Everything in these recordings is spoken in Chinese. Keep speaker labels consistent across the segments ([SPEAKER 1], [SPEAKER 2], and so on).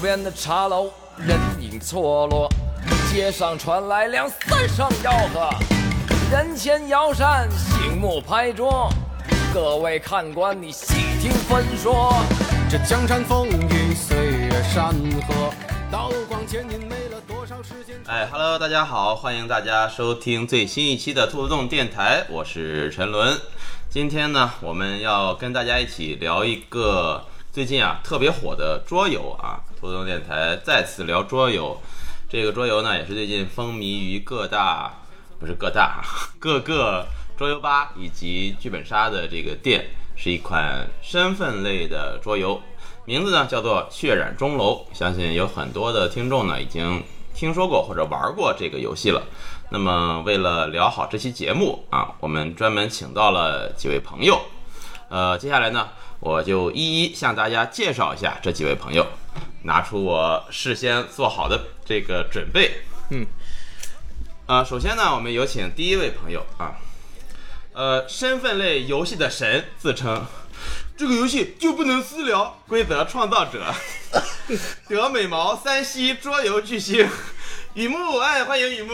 [SPEAKER 1] 边的茶楼人影错落，街上传来两三声吆喝，人前摇扇，醒目拍桌。各位看官，你细听分说。
[SPEAKER 2] 这江山风雨，岁月山河，刀光剑影没了多少时间。
[SPEAKER 3] 哎，Hello，大家好，欢迎大家收听最新一期的兔子洞电台，我是陈伦。今天呢，我们要跟大家一起聊一个最近啊特别火的桌游啊，兔子洞电台再次聊桌游。这个桌游呢，也是最近风靡于各大不是各大 各个桌游吧以及剧本杀的这个店，是一款身份类的桌游。名字呢叫做《血染钟楼》，相信有很多的听众呢已经听说过或者玩过这个游戏了。那么，为了聊好这期节目啊，我们专门请到了几位朋友。呃，接下来呢，我就一一向大家介绍一下这几位朋友，拿出我事先做好的这个准备。嗯，呃，首先呢，我们有请第一位朋友啊，呃，身份类游戏的神自称，这个游戏就不能私聊，规则创造者，德美毛三西桌游巨星雨木，哎，欢迎雨木，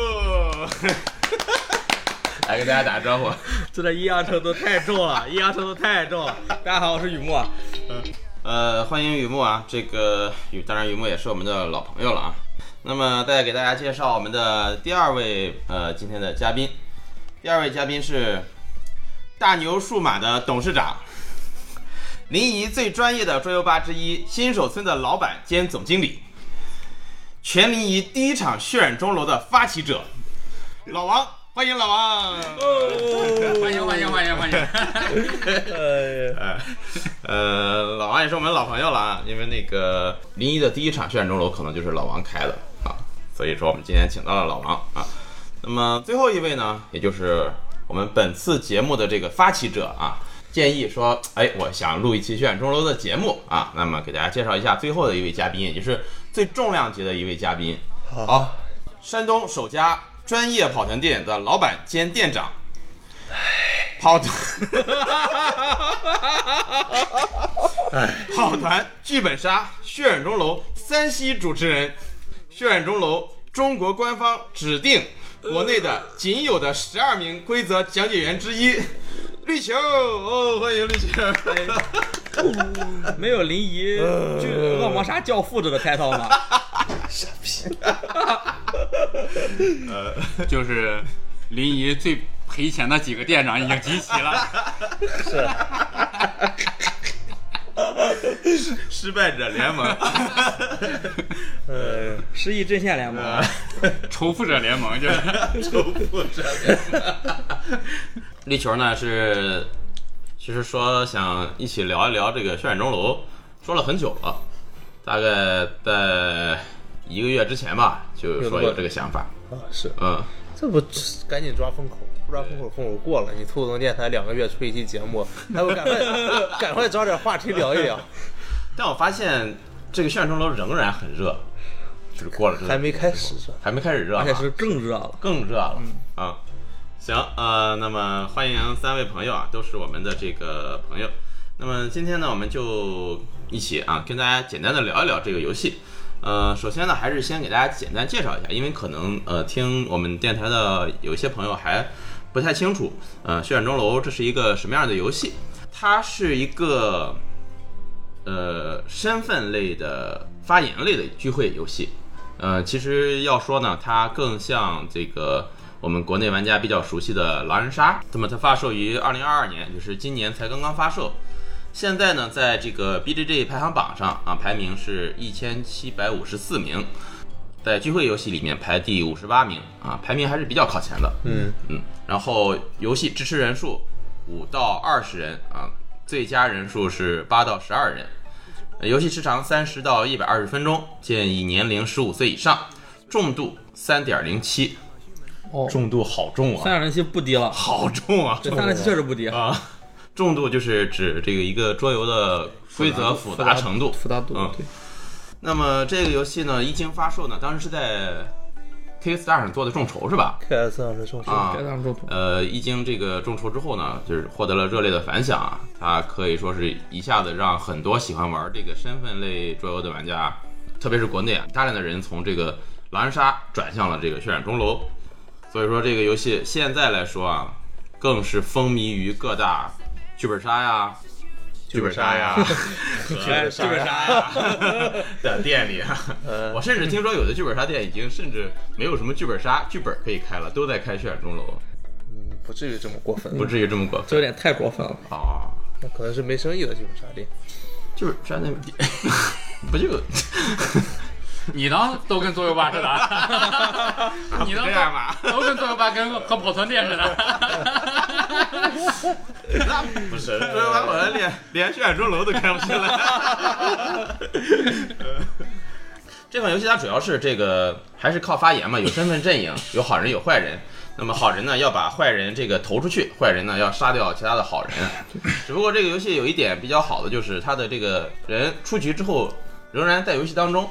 [SPEAKER 3] 来跟大家打个招呼。
[SPEAKER 4] 这点液压程度太重了，液压程度太重了。大家好，我是雨啊墨。
[SPEAKER 3] 呃，欢迎雨木啊，这个雨当然雨木也是我们的老朋友了啊。那么再给大家介绍我们的第二位呃今天的嘉宾，第二位嘉宾是大牛数码的董事长，临沂最专业的桌游吧之一新手村的老板兼总经理，全临沂第一场血染钟楼的发起者，老王，欢迎老王。
[SPEAKER 5] 欢迎欢迎欢迎欢迎！
[SPEAKER 3] 哎，呃，老王也是我们老朋友了啊，因为那个临沂的第一场血染钟楼可能就是老王开的啊，所以说我们今天请到了老王啊。那么最后一位呢，也就是我们本次节目的这个发起者啊，建议说，哎，我想录一期血染钟楼的节目啊，那么给大家介绍一下最后的一位嘉宾，也就是最重量级的一位嘉宾，好，山东首家专业跑团店的老板兼店长。跑团，跑团剧本杀血染钟楼三西主持人，血染钟楼中国官方指定国内的仅有的十二名规则讲解员之一，绿球哦，欢迎绿球。哎
[SPEAKER 4] 没有临沂就恶魔杀教父这个 title 吗？
[SPEAKER 5] 就是临沂最赔钱的几个店长已经集齐了，
[SPEAKER 3] 失败者联盟，
[SPEAKER 4] 呃，失忆阵线联盟。
[SPEAKER 5] 仇富者联盟就是。
[SPEAKER 3] 重复这 绿球呢是，其实说想一起聊一聊这个血染钟楼，说了很久了，大概在一个月之前吧，就说有这个想法。
[SPEAKER 6] 啊，是，
[SPEAKER 3] 嗯，
[SPEAKER 6] 这不赶紧抓风口，不抓风口风口过了，你兔子洞电台两个月出一期节目，还不赶 快赶快找点话题聊一聊？
[SPEAKER 3] 但我发现这个血染钟楼仍然很热，就是过了这个
[SPEAKER 6] 还没开始是吧？
[SPEAKER 3] 还没开始热啊，
[SPEAKER 4] 而且是更热了，
[SPEAKER 3] 更热了、啊！行，呃，那么欢迎三位朋友啊，都是我们的这个朋友。那么今天呢，我们就一起啊，跟大家简单的聊一聊这个游戏。呃，首先呢，还是先给大家简单介绍一下，因为可能呃，听我们电台的有些朋友还不太清楚，呃，血染钟楼这是一个什么样的游戏？它是一个呃身份类的发言类的聚会游戏。呃，其实要说呢，它更像这个我们国内玩家比较熟悉的狼人杀。那么它发售于二零二二年，就是今年才刚刚发售。现在呢，在这个 BGG 排行榜上啊，排名是一千七百五十四名，在聚会游戏里面排第五十八名啊，排名还是比较靠前的。
[SPEAKER 6] 嗯，
[SPEAKER 3] 嗯，然后游戏支持人数五到二十人啊，最佳人数是八到十二人。呃游戏时长三十到一百二十分钟，建议年龄十五岁以上，重度三点零七。
[SPEAKER 4] 哦
[SPEAKER 3] 重度好重
[SPEAKER 4] 三
[SPEAKER 3] 啊，
[SPEAKER 4] 点零七不低了，
[SPEAKER 3] 好重啊！
[SPEAKER 4] 这三点零七确实不低。
[SPEAKER 3] 啊，重度就是指这个一个桌游的规则复杂程度。
[SPEAKER 6] 复杂度
[SPEAKER 3] 嗯
[SPEAKER 6] 对，
[SPEAKER 3] 那么这个游戏呢，一经发售呢，当时是在 Kickstarter 上做的众筹是吧？
[SPEAKER 6] K S 上的众筹，
[SPEAKER 3] 啊，
[SPEAKER 4] 当中
[SPEAKER 3] 呃，一经这个众筹之后呢，就是获得了热烈的反响啊，它可以说是一下子让很多喜欢玩这个身份类桌游的玩家特别是国内啊，大量的人从这个狼人杀转向了这个血染钟楼，所以说这个游戏现在来说啊，更是风靡于各大剧本杀呀、剧本杀呀
[SPEAKER 4] 哎剧本杀呀，
[SPEAKER 3] 的店里啊。我甚至听说有的剧本杀店已经甚至没有什么剧本杀剧本可以开了，都在开血染钟楼，
[SPEAKER 6] 嗯，不至于这么过分，
[SPEAKER 3] 不至于这么过分
[SPEAKER 4] 这有点太过分了。
[SPEAKER 3] 啊。
[SPEAKER 6] 那可能是没生意的剧本杀店。
[SPEAKER 3] 就是山那店， 不就
[SPEAKER 5] 你呢，都跟桌游吧似的， 你呢
[SPEAKER 3] 啊这样吧？
[SPEAKER 5] 都跟桌游吧跟和跑团店似的。
[SPEAKER 3] 那不是？ 所以完我的连连血染钟楼都开不起来。 这款游戏它主要是这个还是靠发言嘛，有身份阵营，有好人有坏人。那么好人呢要把坏人这个投出去，坏人呢要杀掉其他的好人。只不过这个游戏有一点比较好的就是它的这个人出局之后仍然在游戏当中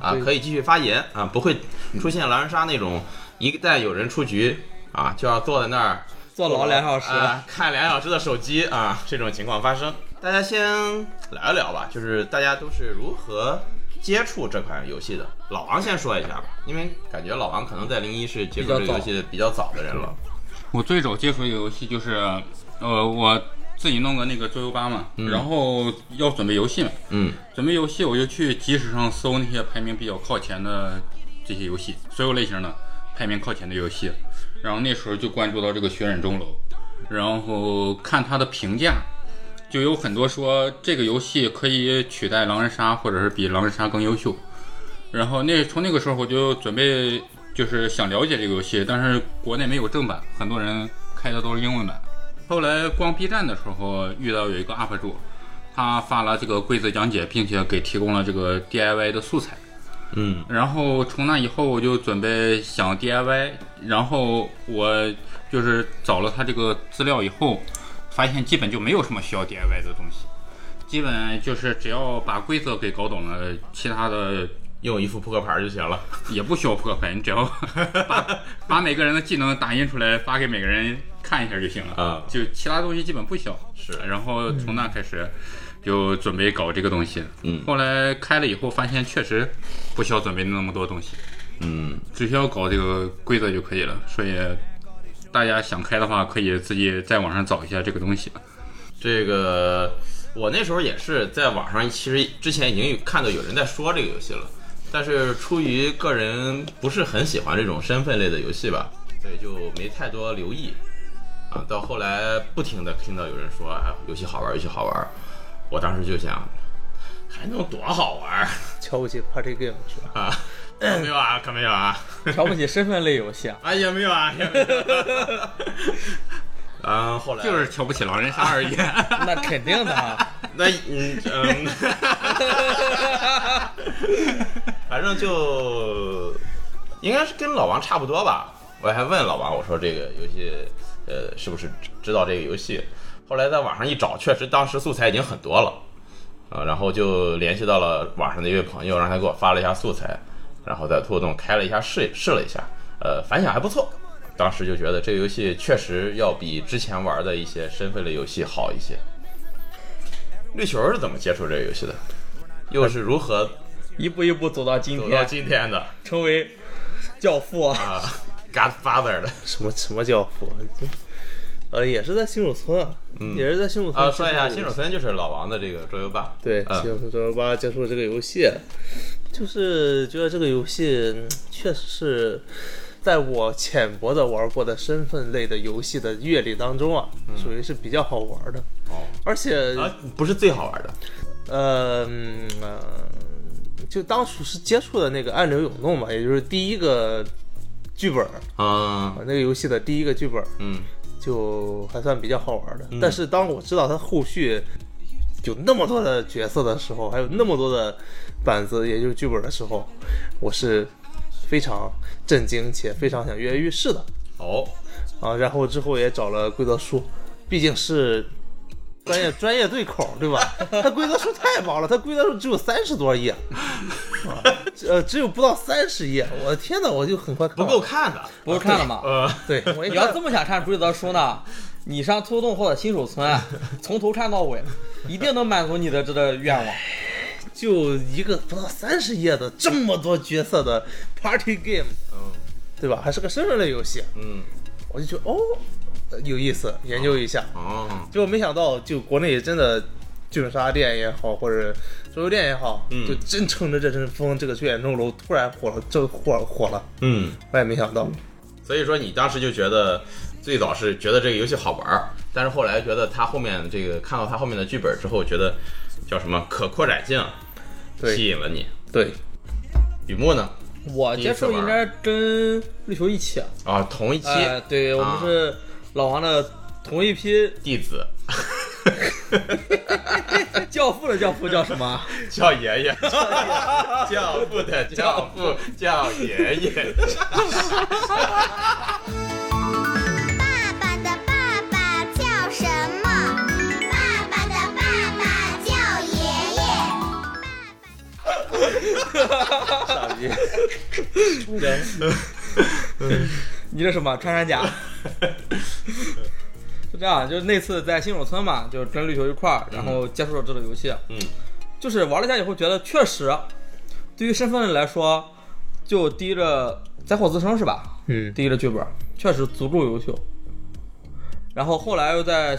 [SPEAKER 3] 啊，可以继续发言啊，不会出现狼人杀那种一旦有人出局啊就要坐在那儿
[SPEAKER 4] 坐牢两小时，
[SPEAKER 3] 啊，看两小时的手机啊，这种情况发生。大家先聊一聊吧，就是大家都是如何接触这款游戏的。老王先说一下吧，因为感觉老王可能在零一是接触这个游戏比较早的人了。
[SPEAKER 5] 我最早接触一个游戏就是，呃，我自己弄个那个桌游吧嘛，然后要准备游戏嘛，
[SPEAKER 3] 嗯
[SPEAKER 5] 准备游戏我就去即时上搜那些排名比较靠前的这些游戏，所有类型的排名靠前的游戏，然后那时候就关注到这个血染钟楼，然后看它的评价，就有很多说这个游戏可以取代狼人杀，或者是比狼人杀更优秀。然后那从那个时候我就准备就是想了解这个游戏，但是国内没有正版，很多人开的都是英文版。后来逛 B 站的时候遇到有一个 UP 主，他发了这个规则讲解，并且给提供了这个 DIY 的素材。
[SPEAKER 3] 嗯
[SPEAKER 5] 然后从那以后，我就准备想 DIY，然后我就是找了他这个资料以后，发现基本就没有什么需要 DIY 的东西，基本就是只要把规则给搞懂了，其他的
[SPEAKER 3] 用一副扑克牌就行了。
[SPEAKER 5] 也不需要扑克牌，你只要 把把每个人的技能打印出来发给每个人看一下就行了。
[SPEAKER 3] 啊
[SPEAKER 5] 就其他东西基本不需要。
[SPEAKER 3] 是
[SPEAKER 5] 然后从那开始就准备搞这个东西。
[SPEAKER 3] 嗯
[SPEAKER 5] 后来开了以后发现确实不需要准备那么多东西，
[SPEAKER 3] 嗯，
[SPEAKER 5] 只需要搞这个规则就可以了。所以大家想开的话，可以自己在网上找一下这个东西。
[SPEAKER 3] 这个我那时候也是在网上，其实之前已经有看到有人在说这个游戏了，但是出于个人不是很喜欢这种身份类的游戏吧，所以就没太多留意。啊，到后来不停的听到有人说，哎，游戏好玩，游戏好玩，我当时就想，还能多好玩
[SPEAKER 6] 瞧不起 party game 是吧？
[SPEAKER 3] 啊？可没有啊，可没有啊。
[SPEAKER 4] 瞧不起身份类游戏啊。
[SPEAKER 3] 啊，也没有啊，也没有、啊。 嗯，后来
[SPEAKER 5] 就是瞧不起狼人杀而已。
[SPEAKER 4] 那肯定 的啊，
[SPEAKER 3] 那嗯嗯，反正就应该是跟老王差不多吧。我还问老王，我说这个游戏，呃，是不是知道这个游戏？后来在网上一找，确实当时素材已经很多了，啊、然后就联系到了网上的一位朋友，让他给我发了一下素材，然后在兔洞开了一下试试了一下，呃，反响还不错。当时就觉得这个游戏确实要比之前玩的一些身份类游戏好一些。绿球是怎么接触这个游戏的？又是如何
[SPEAKER 4] 一步一步走到今
[SPEAKER 3] 走到
[SPEAKER 4] 天，
[SPEAKER 3] 今天的
[SPEAKER 4] 成为教父啊。
[SPEAKER 3] 啊 Godfather 的？
[SPEAKER 6] 什么什么教父？这 呃，也是在新手村啊，也是在新手村
[SPEAKER 3] 啊， 说一下，
[SPEAKER 6] 接
[SPEAKER 3] 新
[SPEAKER 6] 触
[SPEAKER 3] 手村就是老王的这个桌游吧？
[SPEAKER 6] 对，
[SPEAKER 3] 嗯
[SPEAKER 6] 接触桌游吧接触这个游戏，就是觉得这个游戏嗯确实是在我浅薄的玩过的身份类的游戏的阅历当中啊，属于是比较好玩的。
[SPEAKER 3] 嗯哦
[SPEAKER 6] 而且
[SPEAKER 3] 啊，不是最好玩的，
[SPEAKER 6] 呃，嗯呃就当初是接触的那个《暗流涌动》嘛，也就是第一个剧本儿，啊
[SPEAKER 3] 嗯
[SPEAKER 6] 那个游戏的第一个剧本儿，
[SPEAKER 3] 嗯
[SPEAKER 6] 就还算比较好玩的。但是当我知道它后续有那么多的角色的时候，还有那么多的板子，也就是剧本的时候，我是非常震惊且非常想跃跃欲试的
[SPEAKER 3] 哦，
[SPEAKER 6] 啊。然后之后也找了规则书，毕竟是。专业 专业对 口，对吧？它规则书太薄了，它规则书只有三十多页，啊，呃，只有不到三十页，我的天哪，我就很快看
[SPEAKER 3] 不
[SPEAKER 6] 完
[SPEAKER 3] 够，看的，
[SPEAKER 4] 不是看了吗？
[SPEAKER 3] 呃，
[SPEAKER 6] 对， 我一
[SPEAKER 4] 你
[SPEAKER 6] 看
[SPEAKER 4] 要这么想看规则书呢，你上兔啊洞或者新手村，从头看到尾，一定能满足你的这个愿望。
[SPEAKER 6] 就一个不到三十页的这么多角色的 party game，
[SPEAKER 3] 嗯
[SPEAKER 6] 对吧？还是个生日类游戏，
[SPEAKER 3] 嗯
[SPEAKER 6] 我就觉得哦，呃有意思，研究一下。
[SPEAKER 3] 哦，
[SPEAKER 6] 结果没想到，就国内真的剧本杀店也好，或者桌游店也好，
[SPEAKER 3] 嗯
[SPEAKER 6] 就真乘着这阵风，这个去演钟楼突然火了，这火火了，
[SPEAKER 3] 嗯，
[SPEAKER 6] 我也没想到。
[SPEAKER 3] 所以说你当时就觉得最早是觉得这个游戏好玩儿，但是后来觉得它后面这个看到它后面的剧本之后，觉得叫什么可扩展性吸
[SPEAKER 6] 对
[SPEAKER 3] 引了你。
[SPEAKER 6] 对，
[SPEAKER 3] 雨木呢？
[SPEAKER 4] 我接触应该跟绿球一起啊，
[SPEAKER 3] 啊，同一啊期
[SPEAKER 6] 呃
[SPEAKER 4] 哎，对我们是老王的同一批
[SPEAKER 3] 弟子
[SPEAKER 4] 哎教父的教父叫什么？
[SPEAKER 3] 叫爷爷，教父的教父叫爷爷。
[SPEAKER 7] 爸爸的爸爸叫什么？爸爸的爸爸叫爷爷。
[SPEAKER 4] 你这什么穿山甲？就这样，就是那次在新手村嘛，就是跟绿球一块儿，然后接触了这个游戏。
[SPEAKER 3] 嗯，
[SPEAKER 4] 就是玩了一下以后，觉得确实，对于身份类来说，就低着灾祸滋生是吧？
[SPEAKER 6] 嗯，
[SPEAKER 4] 第一的剧本确实足够优秀。然后后来又在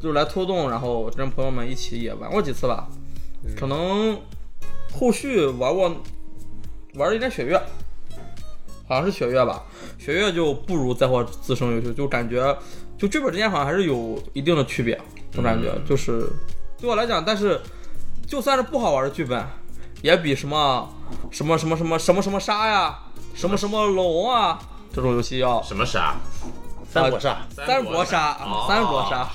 [SPEAKER 4] 就是来拖动，然后跟朋友们一起也玩过几次吧，可能后续玩过玩了一点雪月，好像是雪月吧，雪月就不如灾祸滋生优秀，就感觉就剧本之间好像还是有一定的区别，我感觉
[SPEAKER 3] 嗯
[SPEAKER 4] 就是对我来讲，但是就算是不好玩的剧本，也比什么什么什么什么什么什么杀呀，什么什么龙啊这种游戏要
[SPEAKER 3] 什么啊杀？
[SPEAKER 6] 三国杀，
[SPEAKER 4] 三国杀，啊三国
[SPEAKER 3] 哦
[SPEAKER 4] 杀。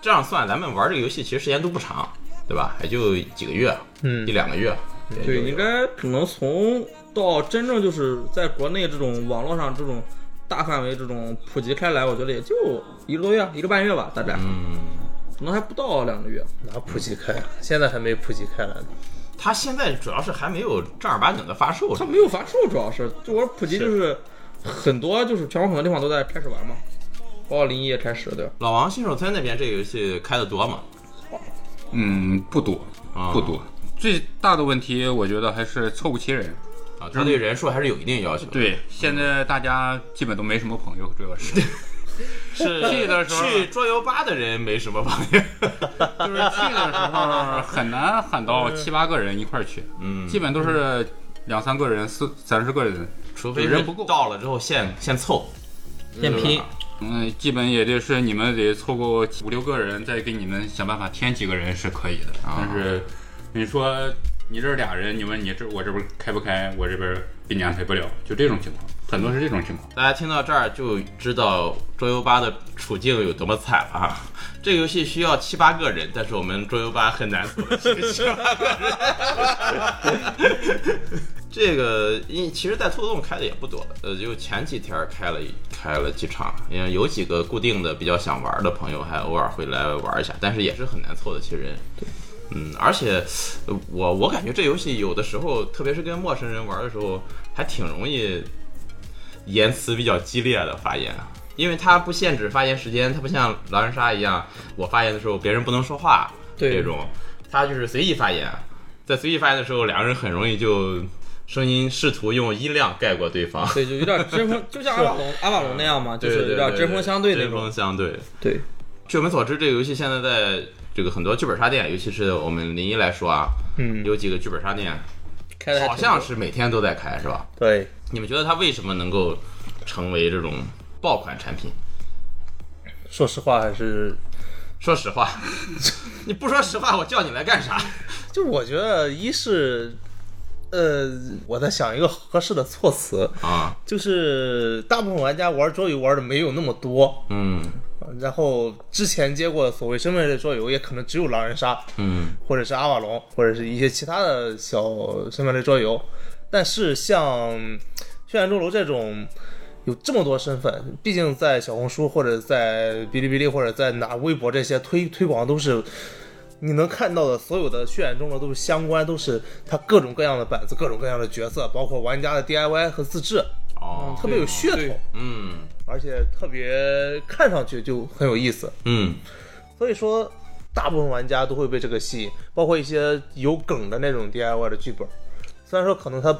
[SPEAKER 3] 这样算，咱们玩这个游戏其实时间都不长，对吧？也就几个月，
[SPEAKER 6] 嗯
[SPEAKER 3] 一两个月。也就
[SPEAKER 4] 对，应该可能从到真正就是在国内这种网络上这种大范围这种普及开来，我觉得也就一个多月、一个半月吧，大概
[SPEAKER 3] 嗯，
[SPEAKER 4] 可能还不到两个月。
[SPEAKER 6] 哪普及开啊？现在还没普及开来呢。
[SPEAKER 3] 它现在主要是还没有正儿八经的发售
[SPEAKER 4] 它。没有发售，主要是就我普及就是很多就是全国很多地方都在开始玩嘛，包括临沂也开始对吧。
[SPEAKER 3] 老王新手村那边这个游戏开的多吗？
[SPEAKER 5] 嗯，不多，
[SPEAKER 3] 啊，
[SPEAKER 5] 不多。最大的问题，我觉得还是凑不齐人。
[SPEAKER 3] 啊，他对人数还是有一定要求。，
[SPEAKER 5] 对，现在大家基本都没什么朋友，主要 是
[SPEAKER 3] 是
[SPEAKER 5] 去的时候
[SPEAKER 3] 去桌游吧的人没什么朋友。
[SPEAKER 5] 就是去的时候很难喊到七八个人一块儿去，
[SPEAKER 3] 嗯，
[SPEAKER 5] 基本都是两三个人、四三十个人，
[SPEAKER 3] 除非
[SPEAKER 5] 有
[SPEAKER 3] 是
[SPEAKER 5] 人不够
[SPEAKER 3] 到了之后现现凑，
[SPEAKER 4] 现拼
[SPEAKER 5] 嗯，基本也得是你们得凑够五六个人，再给你们想办法添几个人是可以的。
[SPEAKER 3] 啊
[SPEAKER 5] 但是你说你这儿俩人，你问你这我这边开不开，我这边给你安排不了，就这种情况，很多是这种情况。
[SPEAKER 3] 大家听到这儿就知道桌游吧的处境有多么惨了啊！这个游戏需要七八个人，但是我们桌游吧很难凑齐七八个人。这个因其实，在兔子洞开的也不多，呃，就前几天开了一开了几场，因为有几个固定的比较想玩的朋友，还偶尔会来玩一下，但是也是很难凑得齐人。嗯，而且呃我我感觉这游戏有的时候，特别是跟陌生人玩的时候，还挺容易言辞比较激烈的发言，啊因为它不限制发言时间，它不像狼人杀一样，我发言的时候别人不能说话，
[SPEAKER 4] 对
[SPEAKER 3] 这种，它就是随意发言，啊在随意发言的时候，两个人很容易就声音试图用音量盖过对方，
[SPEAKER 4] 对，就有点针锋，就像阿瓦隆阿瓦隆那样嘛， 就是有点针锋相对那
[SPEAKER 3] 针
[SPEAKER 4] 种
[SPEAKER 3] 锋。相对。
[SPEAKER 4] 对，
[SPEAKER 3] 据我们所知，这个游戏现在在这个很多剧本杀店，尤其是我们临沂来说啊，
[SPEAKER 6] 嗯，
[SPEAKER 3] 有几个剧本杀店
[SPEAKER 4] 开的还挺
[SPEAKER 3] 好像是每天都在开，是吧？
[SPEAKER 6] 对，
[SPEAKER 3] 你们觉得它为什么能够成为这种爆款产品？
[SPEAKER 6] 说实话还是，
[SPEAKER 3] 说实话， 你不说实话，我叫你来干啥？
[SPEAKER 6] 就是我觉得一是，呃，我在想一个合适的措辞，
[SPEAKER 3] 啊，
[SPEAKER 6] 就是大部分玩家玩桌游玩的没有那么多，
[SPEAKER 3] 嗯
[SPEAKER 6] 然后之前接过的所谓身份类桌游也可能只有狼人杀，
[SPEAKER 3] 嗯
[SPEAKER 6] 或者是阿瓦隆，或者是一些其他的小身份类桌游。但是像《血染钟楼》这种有这么多身份，毕竟在小红书或者在哔哩哔哩或者在哪微博这些推推广都是。你能看到的所有的血染钟楼都是相关，都是它各种各样的板子、各种各样的角色，包括玩家的 DIY 和自制，
[SPEAKER 3] 哦，
[SPEAKER 6] 特别有噱
[SPEAKER 4] 对
[SPEAKER 6] 头，
[SPEAKER 3] 嗯
[SPEAKER 6] 而且特别看上去就很有意思。
[SPEAKER 3] 嗯
[SPEAKER 6] 所以说，大部分玩家都会被这个吸引，包括一些有梗的那种 DIY 的剧本，虽然说可能它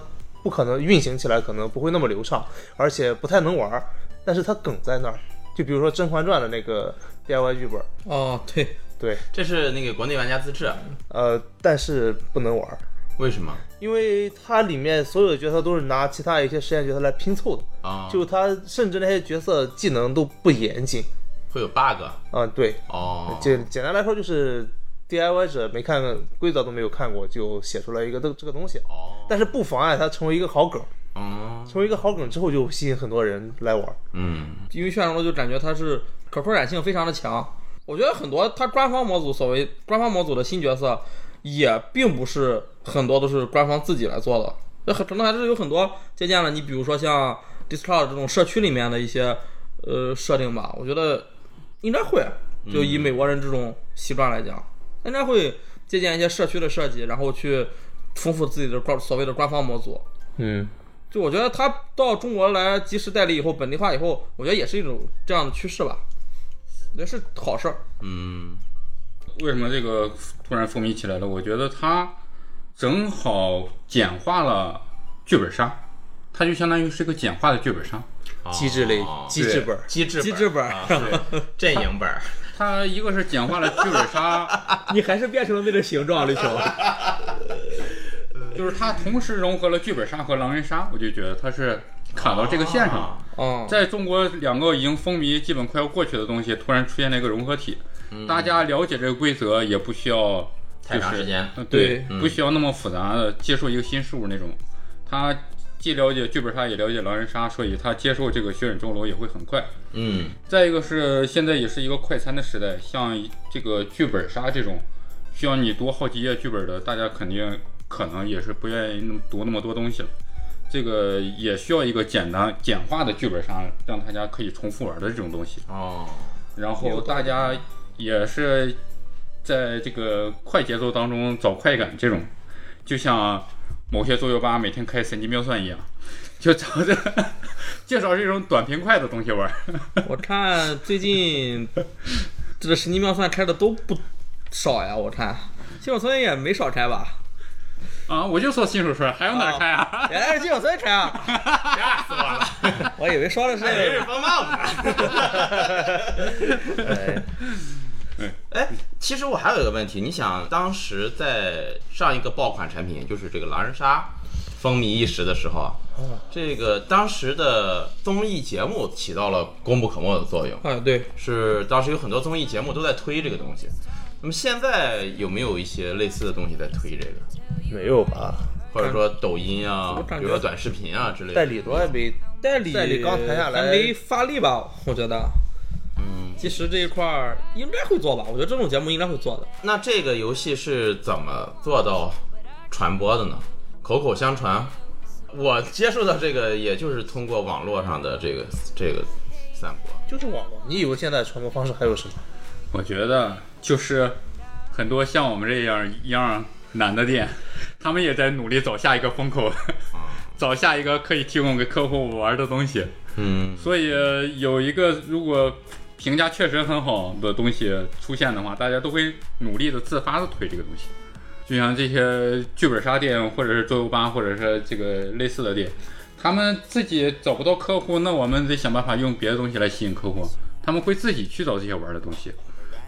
[SPEAKER 6] 不可能运行起来可能不会那么流畅，而且不太能玩儿，但是它梗在那儿。就比如说《甄嬛传》的那个 DIY 剧本，
[SPEAKER 4] 哦，对，
[SPEAKER 6] 对，
[SPEAKER 3] 这是那个国内玩家自制啊，
[SPEAKER 6] 呃，但是不能玩儿，
[SPEAKER 3] 为什么
[SPEAKER 6] 因为它里面所有的角色都是拿其他一些实验角色来拼凑的，
[SPEAKER 3] 啊？
[SPEAKER 6] 就它甚至那些角色技能都不严谨
[SPEAKER 3] 会有 bug
[SPEAKER 6] 啊、对，
[SPEAKER 3] 哦。
[SPEAKER 6] 简简单来说就是 DIY 者没看规则都没有看过，就写出来一个这这个东西，
[SPEAKER 3] 哦，
[SPEAKER 6] 但是不妨碍它成为一个好梗，
[SPEAKER 3] 嗯
[SPEAKER 6] 成为一个好梗之后就吸引很多人来玩儿。
[SPEAKER 3] 嗯，
[SPEAKER 4] 因为炫龙就感觉它是可扩展性非常的强。我觉得很多它官方模组所谓官方模组的新角色，也并不是很多都是官方自己来做的，这很可能还是有很多借鉴了你，比如说像 Discord 这种社区里面的一些呃设定吧，我觉得应该会，就以美国人这种习惯来讲，应该会借鉴一些社区的设计，然后去丰富自己的官所谓的官方模组。
[SPEAKER 6] 嗯，
[SPEAKER 4] 就我觉得他到中国来及时代理以后，本地化以后，我觉得也是一种这样的趋势吧，也是好事儿。
[SPEAKER 3] 嗯，
[SPEAKER 5] 为什么这个突然风靡起来了？我觉得它正好简化了剧本杀，它就相当于是个简化的剧本杀。
[SPEAKER 6] 机制类
[SPEAKER 3] 哦
[SPEAKER 6] 机制本儿，
[SPEAKER 3] 机制
[SPEAKER 4] 机制本
[SPEAKER 3] 啊对，阵营本儿，
[SPEAKER 5] 它一个是简化了剧本杀，
[SPEAKER 4] 你还是变成了那个形状，李兄。
[SPEAKER 5] 就是它同时融合了剧本杀和狼人杀，我就觉得它是卡到这个线上
[SPEAKER 3] 啊
[SPEAKER 5] 了。
[SPEAKER 4] 嗯，
[SPEAKER 5] 在中国两个已经风靡、基本快要过去的东西，突然出现了一个融合体，大家了解这个规则也不需要、就是、
[SPEAKER 3] 嗯太长时间
[SPEAKER 5] 嗯，
[SPEAKER 4] 对
[SPEAKER 5] 对，
[SPEAKER 3] 嗯
[SPEAKER 5] 不需要那么复杂的接受一个新事物那种。他既了解剧本杀，也了解狼人杀，所以他接受这个血染钟楼也会很快。
[SPEAKER 3] 嗯
[SPEAKER 5] 再一个是现在也是一个快餐的时代，像这个剧本杀这种，需要你多好几页剧本的，大家肯定可能也是不愿意那么读那么多东西了。这个也需要一个简单简化的剧本杀，让大家可以重复玩的这种东西。
[SPEAKER 3] 哦，
[SPEAKER 5] 然后大家也是在这个快节奏当中找快感，这种就像某些桌游吧每天开神机妙算一样，就找着 介绍这种短平快的东西玩儿。
[SPEAKER 4] 我看最近这个神机妙算开的都不少呀，我看新手村也没少开吧？
[SPEAKER 5] 啊，我就说新手村还有哪儿开 啊？
[SPEAKER 4] 原来是新手村开啊！
[SPEAKER 3] 吓死我了， 啊
[SPEAKER 4] 我以为说的是
[SPEAKER 3] 真是棒棒的。哎，其实我还有一个问题，你想当时在上一个爆款产品，就是这个狼人杀风靡一时的时候啊，这个当时的综艺节目起到了功不可没的作用。
[SPEAKER 4] 啊，对，
[SPEAKER 3] 是当时有很多综艺节目都在推这个东西。那么现在有没有一些类似的东西在推这个，
[SPEAKER 6] 没有吧？
[SPEAKER 3] 或者说抖音啊
[SPEAKER 4] 我，感
[SPEAKER 3] 比如
[SPEAKER 4] 觉
[SPEAKER 3] 说短视频啊之类
[SPEAKER 6] 代
[SPEAKER 3] 的？
[SPEAKER 6] 理多少没
[SPEAKER 4] 代理
[SPEAKER 6] 代理刚谈下来
[SPEAKER 4] 还没发力吧？我觉得，
[SPEAKER 3] 嗯，
[SPEAKER 4] 其实这一块儿应该会做吧，我觉得这种节目应该会做的。
[SPEAKER 3] 那这个游戏是怎么做到传播的呢？口口相传？我接触到这个，也就是通过网络上的这个这个散播。
[SPEAKER 6] 就是网络。你以为现在传播方式还有什么？
[SPEAKER 5] 我觉得就是很多像我们这样一样难的店，他们也在努力找下一个风口， 找下一个可以提供给客户玩的东西。
[SPEAKER 3] 嗯
[SPEAKER 5] 所以呃有一个如果评价确实很好的东西出现的话，大家都会努力的自发的推这个东西。就像这些剧本杀店，或者是桌游吧，或者是这个类似的店，他们自己找不到客户，那我们得想办法用别的东西来吸引客户。他们会自己去找这些玩的东西。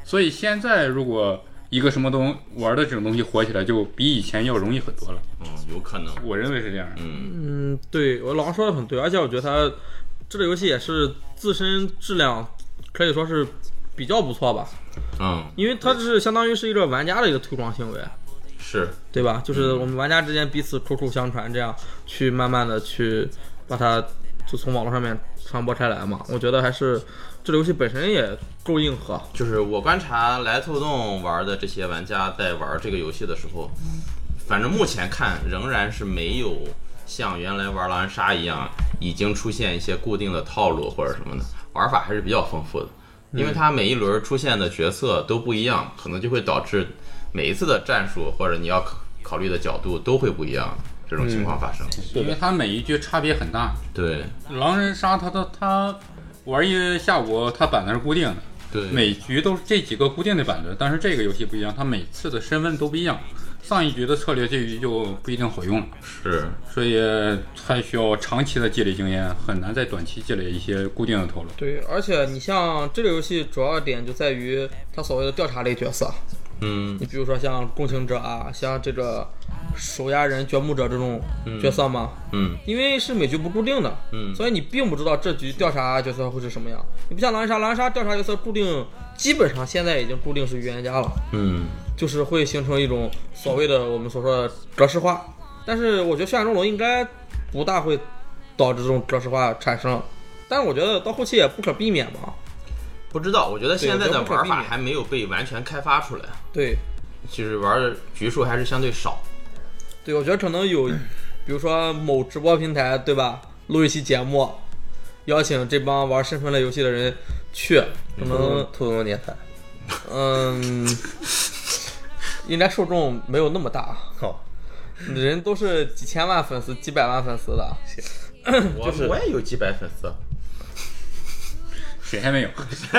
[SPEAKER 5] 所以现在如果一个什么东玩的这种东西火起来，就比以前要容易很多了。
[SPEAKER 3] 嗯，有可能。
[SPEAKER 5] 我认为是这样的。
[SPEAKER 3] 嗯
[SPEAKER 4] 嗯，对我老王说的很对，而且我觉得它这个游戏也是自身质量可以说是比较不错吧，
[SPEAKER 3] 嗯，
[SPEAKER 4] 因为它这是相当于是一个玩家的一个推广行为，
[SPEAKER 3] 是
[SPEAKER 4] 对吧？就是我们玩家之间彼此口口相传，这样去慢慢的去把它就从网络上面传播开来嘛。我觉得还是这个游戏本身也够硬核，
[SPEAKER 3] 就是我观察来兔洞玩的这些玩家在玩这个游戏的时候，反正目前看仍然是没有像原来玩狼人杀一样，已经出现一些固定的套路或者什么的，玩法还是比较丰富的。因为
[SPEAKER 4] 嗯
[SPEAKER 3] 它每一轮出现的角色都不一样，可能就会导致每一次的战术或者你要考考虑的角度都会不一样，这种情
[SPEAKER 4] 嗯
[SPEAKER 3] 况发生。
[SPEAKER 5] 因为它每一局差别很大。
[SPEAKER 3] 对
[SPEAKER 5] 狼人杀它的它玩一下午，它板子是固定的，
[SPEAKER 3] 对，
[SPEAKER 5] 每局都是这几个固定的板子，但是这个游戏不一样，它每次的身份都不一样。上一局的策略，这局就不一定好用了，
[SPEAKER 3] 是
[SPEAKER 5] 所以它需要长期的积累经验，很难在短期积累一些固定的套路。
[SPEAKER 4] 对，而且你像这个游戏主要的点就在于它所谓的调查类角色，
[SPEAKER 3] 嗯
[SPEAKER 4] 你比如说像共情者啊，像这个手压人、掘墓者这种角色嘛，
[SPEAKER 3] 嗯
[SPEAKER 4] 因为是每局不固定的，
[SPEAKER 3] 嗯
[SPEAKER 4] 所以你并不知道这局调查角色会是什么样。你不像狼人杀，狼人杀调查角色注定基本上现在已经注定是预言家了，
[SPEAKER 3] 嗯
[SPEAKER 4] 就是会形成一种所谓的我们所说的格式化。但是我觉得血海钟楼应该不大会导致这种格式化产生，但是我觉得到后期也不可避免吧。
[SPEAKER 3] 不知道，我觉得现在
[SPEAKER 4] 对
[SPEAKER 3] 的
[SPEAKER 4] 我觉得不可
[SPEAKER 3] 玩
[SPEAKER 4] 避
[SPEAKER 3] 法
[SPEAKER 4] 免
[SPEAKER 3] 还没有被完全开发出来，
[SPEAKER 4] 对，
[SPEAKER 3] 就是玩的局数还是相对少。
[SPEAKER 4] 对，我觉得可能有，比如说某直播平台，对吧？录一期节目，邀请这帮玩身份类游戏的人去，可能
[SPEAKER 6] 兔洞电台，
[SPEAKER 4] 嗯，应该受众没有那么大，啊
[SPEAKER 6] 好，
[SPEAKER 4] 人都是几千万粉丝、几百万粉丝的。
[SPEAKER 3] 我我也有几百粉丝，
[SPEAKER 5] 谁还没有？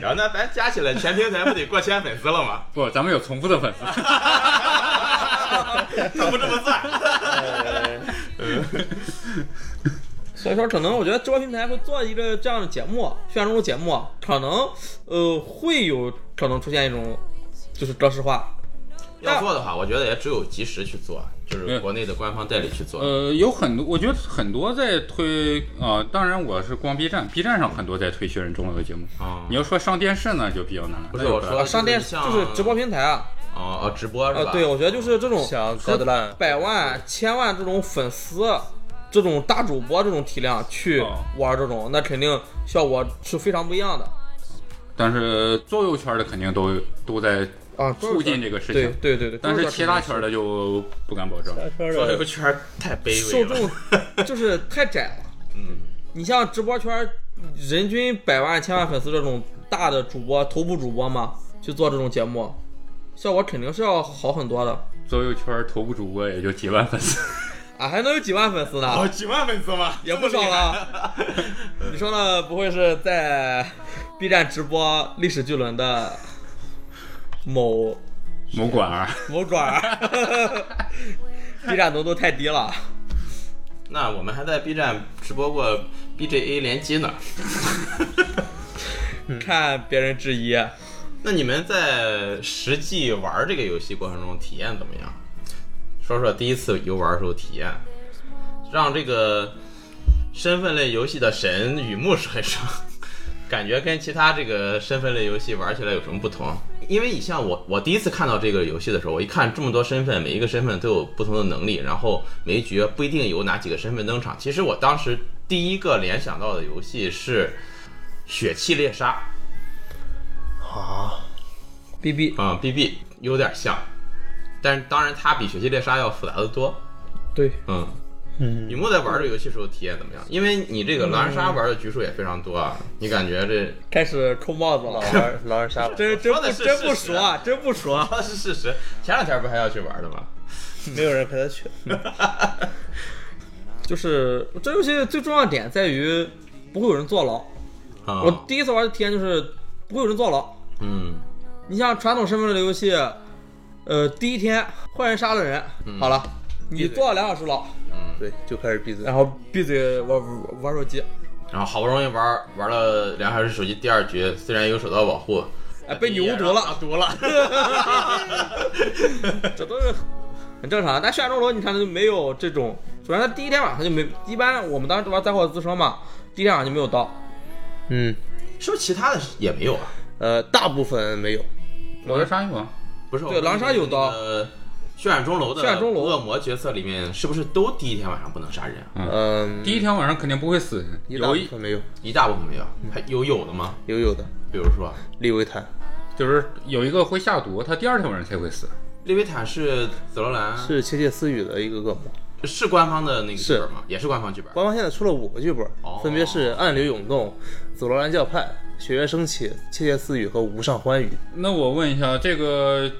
[SPEAKER 3] 然后呢，咱加起来全平台不得过千粉丝了 吗？
[SPEAKER 5] 不，咱们有重复的粉丝。
[SPEAKER 3] 他不这么算。
[SPEAKER 4] 所以说，可能我觉得直播平台会做一个这样的节目，炫中节目，可能呃会有可能出现一种就是格式化，
[SPEAKER 3] 要做的话，我觉得也只有及时去做，就是
[SPEAKER 5] 嗯
[SPEAKER 3] 国内的官方代理去做。
[SPEAKER 5] 呃，有很多，我觉得很多在推啊、当然我是光 B 站，B 站上很多在推《学人中楼》的节目。
[SPEAKER 3] 啊
[SPEAKER 4] 嗯
[SPEAKER 5] 你要说上电视呢，就比较难了。
[SPEAKER 3] 不是
[SPEAKER 5] 那就
[SPEAKER 3] 我说
[SPEAKER 4] 呃，上电视
[SPEAKER 3] 像
[SPEAKER 4] 就是直播平台啊，
[SPEAKER 3] 哦哦，直播是吧？
[SPEAKER 4] 呃，对，我觉得就是这种
[SPEAKER 6] 像高德烂
[SPEAKER 4] 百万、千万这种粉丝，这种大主播这种体量去
[SPEAKER 5] 哦
[SPEAKER 4] 玩这种，那肯定效果是非常不一样的
[SPEAKER 5] 但是左右圈的肯定都都在
[SPEAKER 4] 啊，
[SPEAKER 5] 促进这个事
[SPEAKER 4] 对
[SPEAKER 5] 情，
[SPEAKER 4] 对对对，
[SPEAKER 5] 但是
[SPEAKER 4] 这
[SPEAKER 5] 其他圈的就不敢保证。
[SPEAKER 3] 交流圈儿太卑微
[SPEAKER 4] 受
[SPEAKER 3] 了。
[SPEAKER 4] 众 就是太窄了。
[SPEAKER 3] 嗯，
[SPEAKER 4] 你像直播圈人均百万、千万粉丝这种大的主播、头部主播嘛，去做这种节目，效果肯定是要好很多的
[SPEAKER 5] 左右圈头部主播也就几万粉丝，
[SPEAKER 4] 啊，还能有几万粉丝呢？
[SPEAKER 3] 哦，几万粉丝吗？
[SPEAKER 4] 也不少了。你说呢？不会是在 B 站直播历史巨轮的某
[SPEAKER 5] 某管儿。
[SPEAKER 4] 某转儿 ？B 站浓度太低了。
[SPEAKER 3] 那我们还在 B 站直播过 BJA 联机呢。
[SPEAKER 4] 看别人质疑，啊
[SPEAKER 3] 那你们在实际玩这个游戏过程中体验怎么样？说说第一次游玩时候体验，让这个身份类游戏的神雨木说一说，感觉跟其他这个身份类游戏玩起来有什么不同？因为你像我，我第一次看到这个游戏的时候，我一看这么多身份，每一个身份都有不同的能力，然后每一局不一定有哪几个身份登场。其实我当时第一个联想到的游戏是《血气猎杀》。
[SPEAKER 6] 啊，
[SPEAKER 4] B B，
[SPEAKER 3] 啊、b b 有点像，但是当然它比《血系猎杀》要复杂的多。
[SPEAKER 4] 对，
[SPEAKER 3] 嗯，
[SPEAKER 6] 嗯
[SPEAKER 3] 雨木在玩这个游戏时候体验怎么样？因为你这个狼人杀玩的局数也非常多啊，你感觉这
[SPEAKER 4] 开始扣帽子了
[SPEAKER 6] 老。玩狼人杀，
[SPEAKER 4] 真 真
[SPEAKER 3] 说的
[SPEAKER 4] 不
[SPEAKER 3] 是
[SPEAKER 4] 真不
[SPEAKER 3] 事实
[SPEAKER 4] 说，真不说。
[SPEAKER 3] 那是事实。前两天不还要去玩的吗？
[SPEAKER 6] 没有人陪他去，
[SPEAKER 4] 就是这游戏最重要的点在于不会有人坐牢。
[SPEAKER 3] 啊、
[SPEAKER 4] 我第一次玩的体验就是不会有人坐牢。
[SPEAKER 3] 嗯
[SPEAKER 4] 你像传统身份类的游戏，呃，第一天坏人杀了人，
[SPEAKER 6] 嗯
[SPEAKER 4] 好了，你坐了两小时牢，
[SPEAKER 6] 对，就开始闭嘴
[SPEAKER 4] 然。后闭嘴玩玩玩手机，
[SPEAKER 3] 然后好不容易玩玩了两小时手机，第二局虽然有手刀保护，
[SPEAKER 4] 哎，被你无毒
[SPEAKER 3] 啊
[SPEAKER 4] 了，
[SPEAKER 3] 毒了。
[SPEAKER 4] 这都是很正常。但血染钟楼你看它就没有这种，首先它第一天晚上就没，一般我们当时玩灾祸自伤嘛，第一天晚上就没有刀。
[SPEAKER 6] 嗯，
[SPEAKER 3] 是不是其他的也没有啊？
[SPEAKER 6] 呃，大部分没有，
[SPEAKER 5] 我的啥有啊？
[SPEAKER 3] 不是，
[SPEAKER 4] 对狼人杀有刀。
[SPEAKER 3] 血染钟楼的
[SPEAKER 4] 血染钟楼
[SPEAKER 3] 恶魔角色里面，是不是都第一天晚上不能杀人啊？
[SPEAKER 6] 嗯，
[SPEAKER 5] 第一天晚上肯定不会死人，
[SPEAKER 6] 一大
[SPEAKER 5] 有
[SPEAKER 6] 部
[SPEAKER 5] 一
[SPEAKER 6] 分没有，
[SPEAKER 3] 一大部分没有，
[SPEAKER 4] 嗯
[SPEAKER 3] 还有有的吗？
[SPEAKER 6] 有有的
[SPEAKER 3] 比如说，
[SPEAKER 6] 利维坦
[SPEAKER 5] 就是有一个会下毒，他第二天晚上才会死。
[SPEAKER 3] 利维坦是紫罗兰
[SPEAKER 6] 是窃窃私语的一个恶魔。
[SPEAKER 3] 是官方的那个剧本吗？也是官方剧本。
[SPEAKER 6] 官方现在出了五个剧本
[SPEAKER 3] 哦，
[SPEAKER 6] 分别是《暗流涌动》、《紫罗兰教派》、《雪月升起》、《窃窃私语》和《无上欢愉》。
[SPEAKER 5] 那我问一下，这个